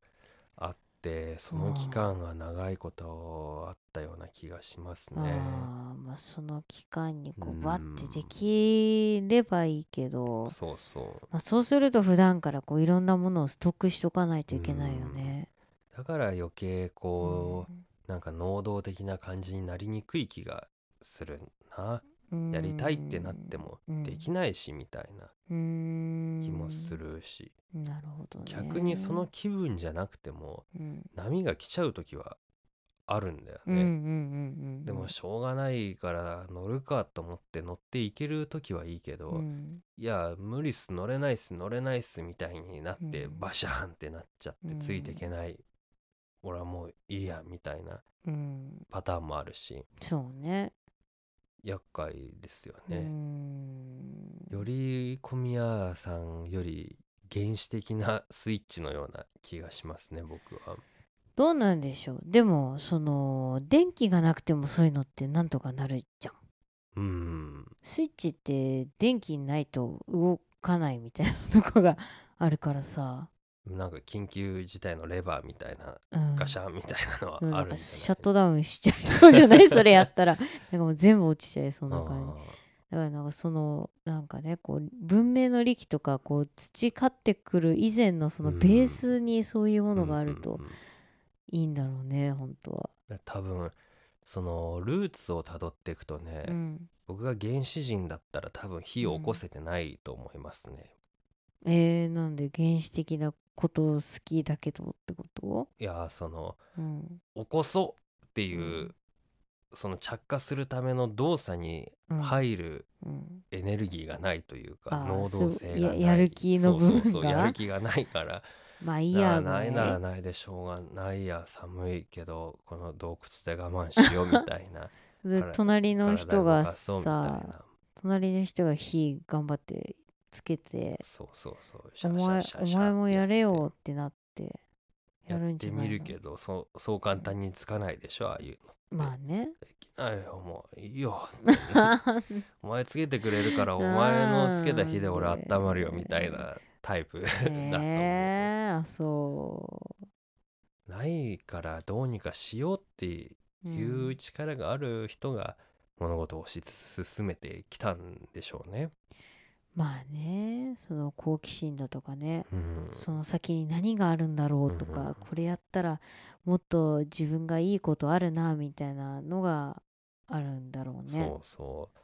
[SPEAKER 1] あってその期間が長いことあったような気がします
[SPEAKER 2] あ
[SPEAKER 1] ね。
[SPEAKER 2] ーまあその期間にこ
[SPEAKER 1] うん
[SPEAKER 2] うバッてできればいいけど、
[SPEAKER 1] そうそう
[SPEAKER 2] まあ、そうすると普段からこういろんなものをストックしとかないといけないよね。
[SPEAKER 1] だから余計こう、
[SPEAKER 2] うん
[SPEAKER 1] なんか能動的な感じになりにくい気がするなやりたいってなってもできないしみたいな気
[SPEAKER 2] 気
[SPEAKER 1] もするし
[SPEAKER 2] なるほど、ね、
[SPEAKER 1] 逆にその、気分じゃなくても
[SPEAKER 2] うん
[SPEAKER 1] 波が来ちゃう時はあるんだよ
[SPEAKER 2] うんうんうん
[SPEAKER 1] ね。
[SPEAKER 2] うん、
[SPEAKER 1] でもしょうがないから乗るかと思って乗っていける時はいいけど、
[SPEAKER 2] うん
[SPEAKER 1] いや無理っす乗れないっす乗れないっすみたいになって、
[SPEAKER 2] うん
[SPEAKER 1] バシャーンってなっちゃって
[SPEAKER 2] うん
[SPEAKER 1] ついていけない、俺はもういいやみたいな
[SPEAKER 2] うん、
[SPEAKER 1] パターンもあるし
[SPEAKER 2] そうね。
[SPEAKER 1] 厄介ですよ
[SPEAKER 2] う
[SPEAKER 1] ね、
[SPEAKER 2] ん
[SPEAKER 1] より小宮さんより原始的なスイッチのような気がしますね僕は
[SPEAKER 2] どうなんでしょうでもその電気がなくてもそういうのってなんとかなるじゃん
[SPEAKER 1] うん
[SPEAKER 2] スイッチって電気ないと動かないみたいなとこがあるからさ、
[SPEAKER 1] なんか緊急事態のレバーみたいな
[SPEAKER 2] うん、
[SPEAKER 1] ガシャンみたいなのは
[SPEAKER 2] うん
[SPEAKER 1] あ
[SPEAKER 2] な
[SPEAKER 1] る
[SPEAKER 2] ん
[SPEAKER 1] んじゃな
[SPEAKER 2] か
[SPEAKER 1] い
[SPEAKER 2] シャットダウンしちゃいそうじゃない それやったらなんかもう全部落ちちゃいそうな感じ
[SPEAKER 1] あー
[SPEAKER 2] だからなんかそのなんかねこう文明の利器とかこう培ってくる以前のその
[SPEAKER 1] うん
[SPEAKER 2] ベースにそういうものがある
[SPEAKER 1] うん
[SPEAKER 2] と
[SPEAKER 1] うんうん
[SPEAKER 2] いいんだろうね本当は、
[SPEAKER 1] 多分そのルーツをたどっていくとね、
[SPEAKER 2] うん、
[SPEAKER 1] 僕が原始人だったら多分火を起こせてないと思いますね、
[SPEAKER 2] えー、なんで原始的なこと好きだけどってこと
[SPEAKER 1] いやーその
[SPEAKER 2] うん
[SPEAKER 1] 起こそうっていう、
[SPEAKER 2] うん
[SPEAKER 1] その着火するための動作に
[SPEAKER 2] うん
[SPEAKER 1] 入る
[SPEAKER 2] うん
[SPEAKER 1] エネルギーがないというか、
[SPEAKER 2] あー
[SPEAKER 1] 能動性がな
[SPEAKER 2] そう
[SPEAKER 1] い
[SPEAKER 2] ややる気の部分が
[SPEAKER 1] そうそうそうやる気がないから
[SPEAKER 2] まあいい
[SPEAKER 1] な
[SPEAKER 2] や
[SPEAKER 1] あ
[SPEAKER 2] ぐ
[SPEAKER 1] な
[SPEAKER 2] ら
[SPEAKER 1] い
[SPEAKER 2] い
[SPEAKER 1] ならないでしょうがないや寒いけどこの洞窟で我慢しようみたい な
[SPEAKER 2] で
[SPEAKER 1] から
[SPEAKER 2] 隣の人
[SPEAKER 1] 体動
[SPEAKER 2] が
[SPEAKER 1] かそうみたい
[SPEAKER 2] さ
[SPEAKER 1] な
[SPEAKER 2] 隣の人が火頑張ってつけて
[SPEAKER 1] そうそうそう
[SPEAKER 2] お前お前もやれよってなって
[SPEAKER 1] や
[SPEAKER 2] やる
[SPEAKER 1] っ
[SPEAKER 2] んじ
[SPEAKER 1] て
[SPEAKER 2] ゃな
[SPEAKER 1] み
[SPEAKER 2] い
[SPEAKER 1] る
[SPEAKER 2] の
[SPEAKER 1] けどそうそう簡単につかないでしょああいうの
[SPEAKER 2] まあ ね
[SPEAKER 1] できないよもういいよお前つけてくれるからお前のつけた火で俺
[SPEAKER 2] なんで
[SPEAKER 1] 温まるよみたいなタイプ だと思う
[SPEAKER 2] ねえあそ
[SPEAKER 1] ないからどうにかしようって
[SPEAKER 2] う、
[SPEAKER 1] い
[SPEAKER 2] ん
[SPEAKER 1] う力がある人が物事を推し進めてきたんでしょうね。
[SPEAKER 2] まあねその好奇心だとかね
[SPEAKER 1] うん、
[SPEAKER 2] その先に何があるんだろうと
[SPEAKER 1] うんうん
[SPEAKER 2] か、これやったらもっと自分がいいことあるなみたいなのがあるんだろうね。
[SPEAKER 1] そうそう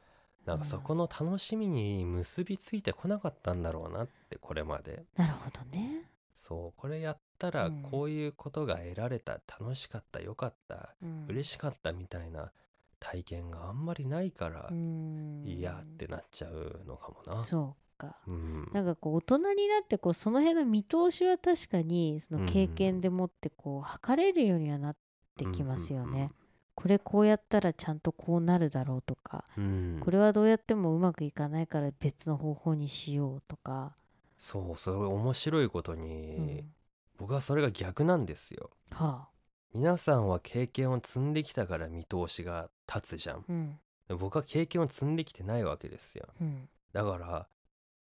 [SPEAKER 1] なんかそこの楽しみに結びついてこなかったんだろうなってこれまで
[SPEAKER 2] なるほどね。
[SPEAKER 1] そうこれやったら
[SPEAKER 2] うん
[SPEAKER 1] こういうことが得られた、楽しかった良かった
[SPEAKER 2] うん、
[SPEAKER 1] 嬉しかったみたいな体験があんまりないから、
[SPEAKER 2] うん
[SPEAKER 1] いやってなっちゃうのかもな。
[SPEAKER 2] そうか。
[SPEAKER 1] うん
[SPEAKER 2] なんかこう大人になってこうその辺の見通しは確かにその経験でもってこう測れるようにはなってきますよね。これこうやったらちゃんとこうなるだろうとか、
[SPEAKER 1] うんうんうんうん
[SPEAKER 2] これはどうやってもうまくいかないから別の方法にしようとか。
[SPEAKER 1] そうそれ面白いこと
[SPEAKER 2] う
[SPEAKER 1] に、
[SPEAKER 2] ん、
[SPEAKER 1] 僕はそれが逆なんですよ
[SPEAKER 2] はあ、
[SPEAKER 1] 皆さんは経験を積んできたから見通しが立つじゃん
[SPEAKER 2] うん
[SPEAKER 1] でも僕は経験を積んできてないわけですよ
[SPEAKER 2] うん、
[SPEAKER 1] だから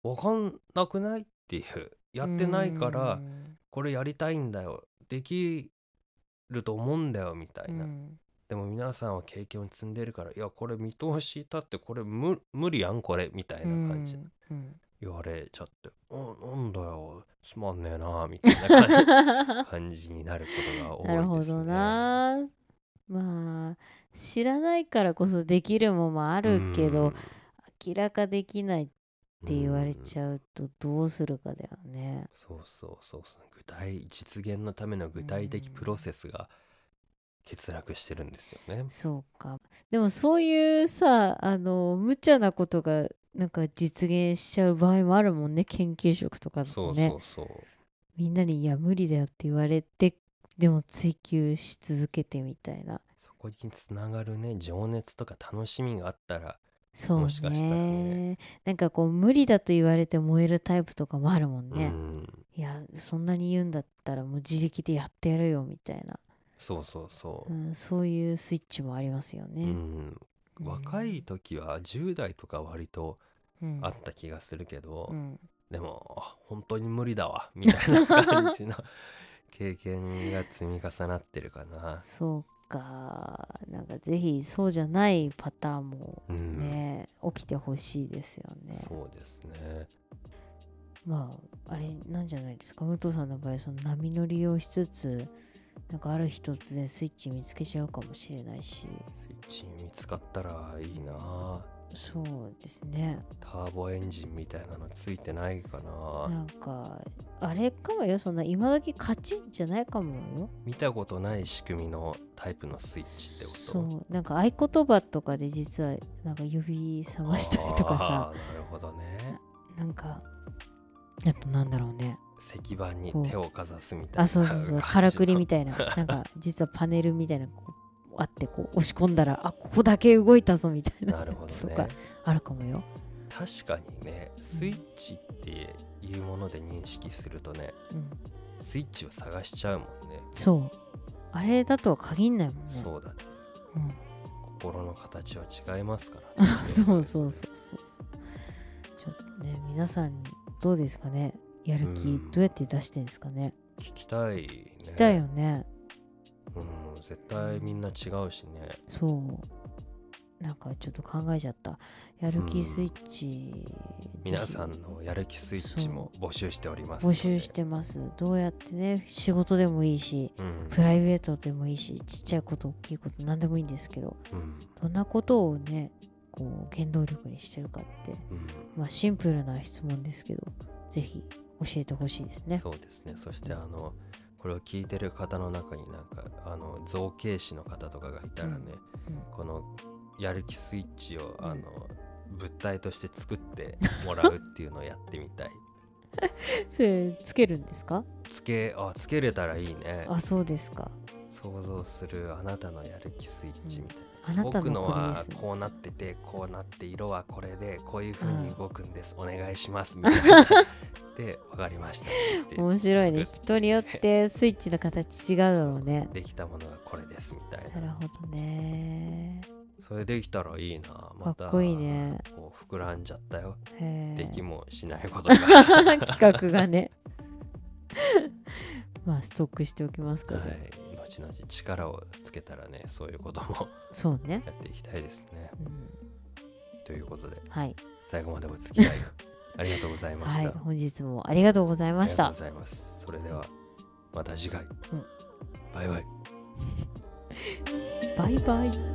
[SPEAKER 1] 分かんなくないっていうやってないから
[SPEAKER 2] うん
[SPEAKER 1] これやりたいんだよできると思うんだよみたいな、
[SPEAKER 2] うん
[SPEAKER 1] でも皆さんは経験を積んでるからいやこれ見通し立ってこれ無無理やんこれみたいな感じ
[SPEAKER 2] うんうん
[SPEAKER 1] 言われちゃって、うん、なんだよつまんねえなみたいな感 じ感じになることが多いです、
[SPEAKER 2] な
[SPEAKER 1] ね、
[SPEAKER 2] るほどなまあ知らないからこそできるもんもあ
[SPEAKER 1] あ
[SPEAKER 2] るけど、明らかできないって言われ
[SPEAKER 1] ゃう
[SPEAKER 2] ちゃうとどうするかだよね。
[SPEAKER 1] そうそうそうそう具体実現のための具体的プロセスが欠落してるんですよね。
[SPEAKER 2] そうかでもそういうさあの無茶なことがなんか実現しちゃう場合もあるもんね研究職とかだ
[SPEAKER 1] そ
[SPEAKER 2] と
[SPEAKER 1] う
[SPEAKER 2] ね
[SPEAKER 1] そうそう。
[SPEAKER 2] みんなに「いや無理だよ」って言われてでも追求し続けてみたいな
[SPEAKER 1] そこにつながるね情熱とか楽しみがあったら
[SPEAKER 2] そうね
[SPEAKER 1] もしかしたらね
[SPEAKER 2] なんかこう無理だと言われて燃えるタイプとかもあるもんね、
[SPEAKER 1] うん
[SPEAKER 2] いやそんなに言うんだったらもう自力でやってやるよみたいな、
[SPEAKER 1] そうそうそうう。
[SPEAKER 2] ん、そういうスイッチもありますよ
[SPEAKER 1] う
[SPEAKER 2] ね、
[SPEAKER 1] ん、
[SPEAKER 2] うん
[SPEAKER 1] 若い時は10代とか割と
[SPEAKER 2] うん
[SPEAKER 1] あった気がするけど、
[SPEAKER 2] うん
[SPEAKER 1] でもあ本当に無理だわみたいな感 じの経験が積み重なってるかな。
[SPEAKER 2] そうかなんかぜひそうじゃないパターンも
[SPEAKER 1] うん、
[SPEAKER 2] ね、起きてほしいですよね
[SPEAKER 1] そうですね。
[SPEAKER 2] まああれなんじゃないですか武藤さんの場合その波乗りをしつつなんかある日突然スイッチ見つけちゃうかもしれないし
[SPEAKER 1] スイッチ見つかったらいいな
[SPEAKER 2] そうですね
[SPEAKER 1] ターボエンジンみたいなのついてないかな
[SPEAKER 2] なんかあれかもよそんな今時勝ちじゃないかもよ
[SPEAKER 1] 見たことない仕組みのタイプのスイッチってこと
[SPEAKER 2] そうなんか合言葉とかで実はなんか呼び覚ましたりとか
[SPEAKER 1] あ
[SPEAKER 2] さ
[SPEAKER 1] ーなるほどね
[SPEAKER 2] なんかあとなんだろうね
[SPEAKER 1] 石板に手をかざすみたいな
[SPEAKER 2] あそうそうそ
[SPEAKER 1] 感
[SPEAKER 2] う
[SPEAKER 1] じの
[SPEAKER 2] からくりみた いななんか実はパネルみたいなこうあってこう押し込んだらあここだけ動いたぞみたいな
[SPEAKER 1] なるほ
[SPEAKER 2] やつ
[SPEAKER 1] ど
[SPEAKER 2] とか
[SPEAKER 1] ね
[SPEAKER 2] あるかもよ、
[SPEAKER 1] 確かにねスイッチっていうもので認識するとね
[SPEAKER 2] うん、
[SPEAKER 1] スイッチを探しちゃうもんね
[SPEAKER 2] そうあれだとは限んないもんね
[SPEAKER 1] そうだね
[SPEAKER 2] うん
[SPEAKER 1] 心の形は違いますからね
[SPEAKER 2] あ そうそうそうそうそうちょっとね皆さんどうですかねやる
[SPEAKER 1] う
[SPEAKER 2] 気
[SPEAKER 1] ん
[SPEAKER 2] どうやって出してんですかね
[SPEAKER 1] 聞きたいね
[SPEAKER 2] 来たよね
[SPEAKER 1] うん絶対みんな違うしね
[SPEAKER 2] そうなんかちょっと考えちゃったやる気スイッチ、ぜひ
[SPEAKER 1] 皆さんのやる気スイッチも募集しておりますの
[SPEAKER 2] 募
[SPEAKER 1] で
[SPEAKER 2] 集し、てますどうやってね仕事でもいいし
[SPEAKER 1] うん
[SPEAKER 2] プライベートでもいいしちっちゃいこと大きいこと何でもいいんですけど
[SPEAKER 1] うん
[SPEAKER 2] どんなことをねこう原動力にしてるかって
[SPEAKER 1] うん
[SPEAKER 2] まあシンプルな質問ですけどぜひ教えてほしいですね
[SPEAKER 1] そうですねそしてあのこれを聞いてる方の中になんかあの造形師の方とかがいたらね、
[SPEAKER 2] うんうん
[SPEAKER 1] このやる気スイッチをあの物体として作ってもらうっていうのをやってみたい
[SPEAKER 2] それつけるんですか
[SPEAKER 1] つけあつけれたらいいね
[SPEAKER 2] あそうですか
[SPEAKER 1] 想像するあなたのやる気スイッチみたいな、
[SPEAKER 2] あなた
[SPEAKER 1] 僕
[SPEAKER 2] の
[SPEAKER 1] の
[SPEAKER 2] これで
[SPEAKER 1] は
[SPEAKER 2] す
[SPEAKER 1] こうなっててこうなって色はこれでこういうふ
[SPEAKER 2] う
[SPEAKER 1] うんに動くんです、お願いしますみたい なで分かりましたって言って
[SPEAKER 2] 面白いね
[SPEAKER 1] 作
[SPEAKER 2] 人によってスイッチの形違うだろうね
[SPEAKER 1] できたものがこれですみたい
[SPEAKER 2] なる
[SPEAKER 1] な
[SPEAKER 2] ほどね
[SPEAKER 1] それできたらいいなまた
[SPEAKER 2] かっこいいね
[SPEAKER 1] こう膨らんじゃったよ、
[SPEAKER 2] へー
[SPEAKER 1] できもしない ことがは
[SPEAKER 2] 企画がね まあストックしておきますか、じゃあ
[SPEAKER 1] い後々力をつけたらねそういうことも
[SPEAKER 2] そうね、
[SPEAKER 1] やっていきたいですね
[SPEAKER 2] うん、
[SPEAKER 1] ということで
[SPEAKER 2] はい、
[SPEAKER 1] 最後までお付き 合いありがとうございました、
[SPEAKER 2] はい、本日もありがとうございまし
[SPEAKER 1] あり
[SPEAKER 2] た
[SPEAKER 1] がとうございます。それではまた次回。
[SPEAKER 2] うん
[SPEAKER 1] バイバイ。
[SPEAKER 2] バイバイ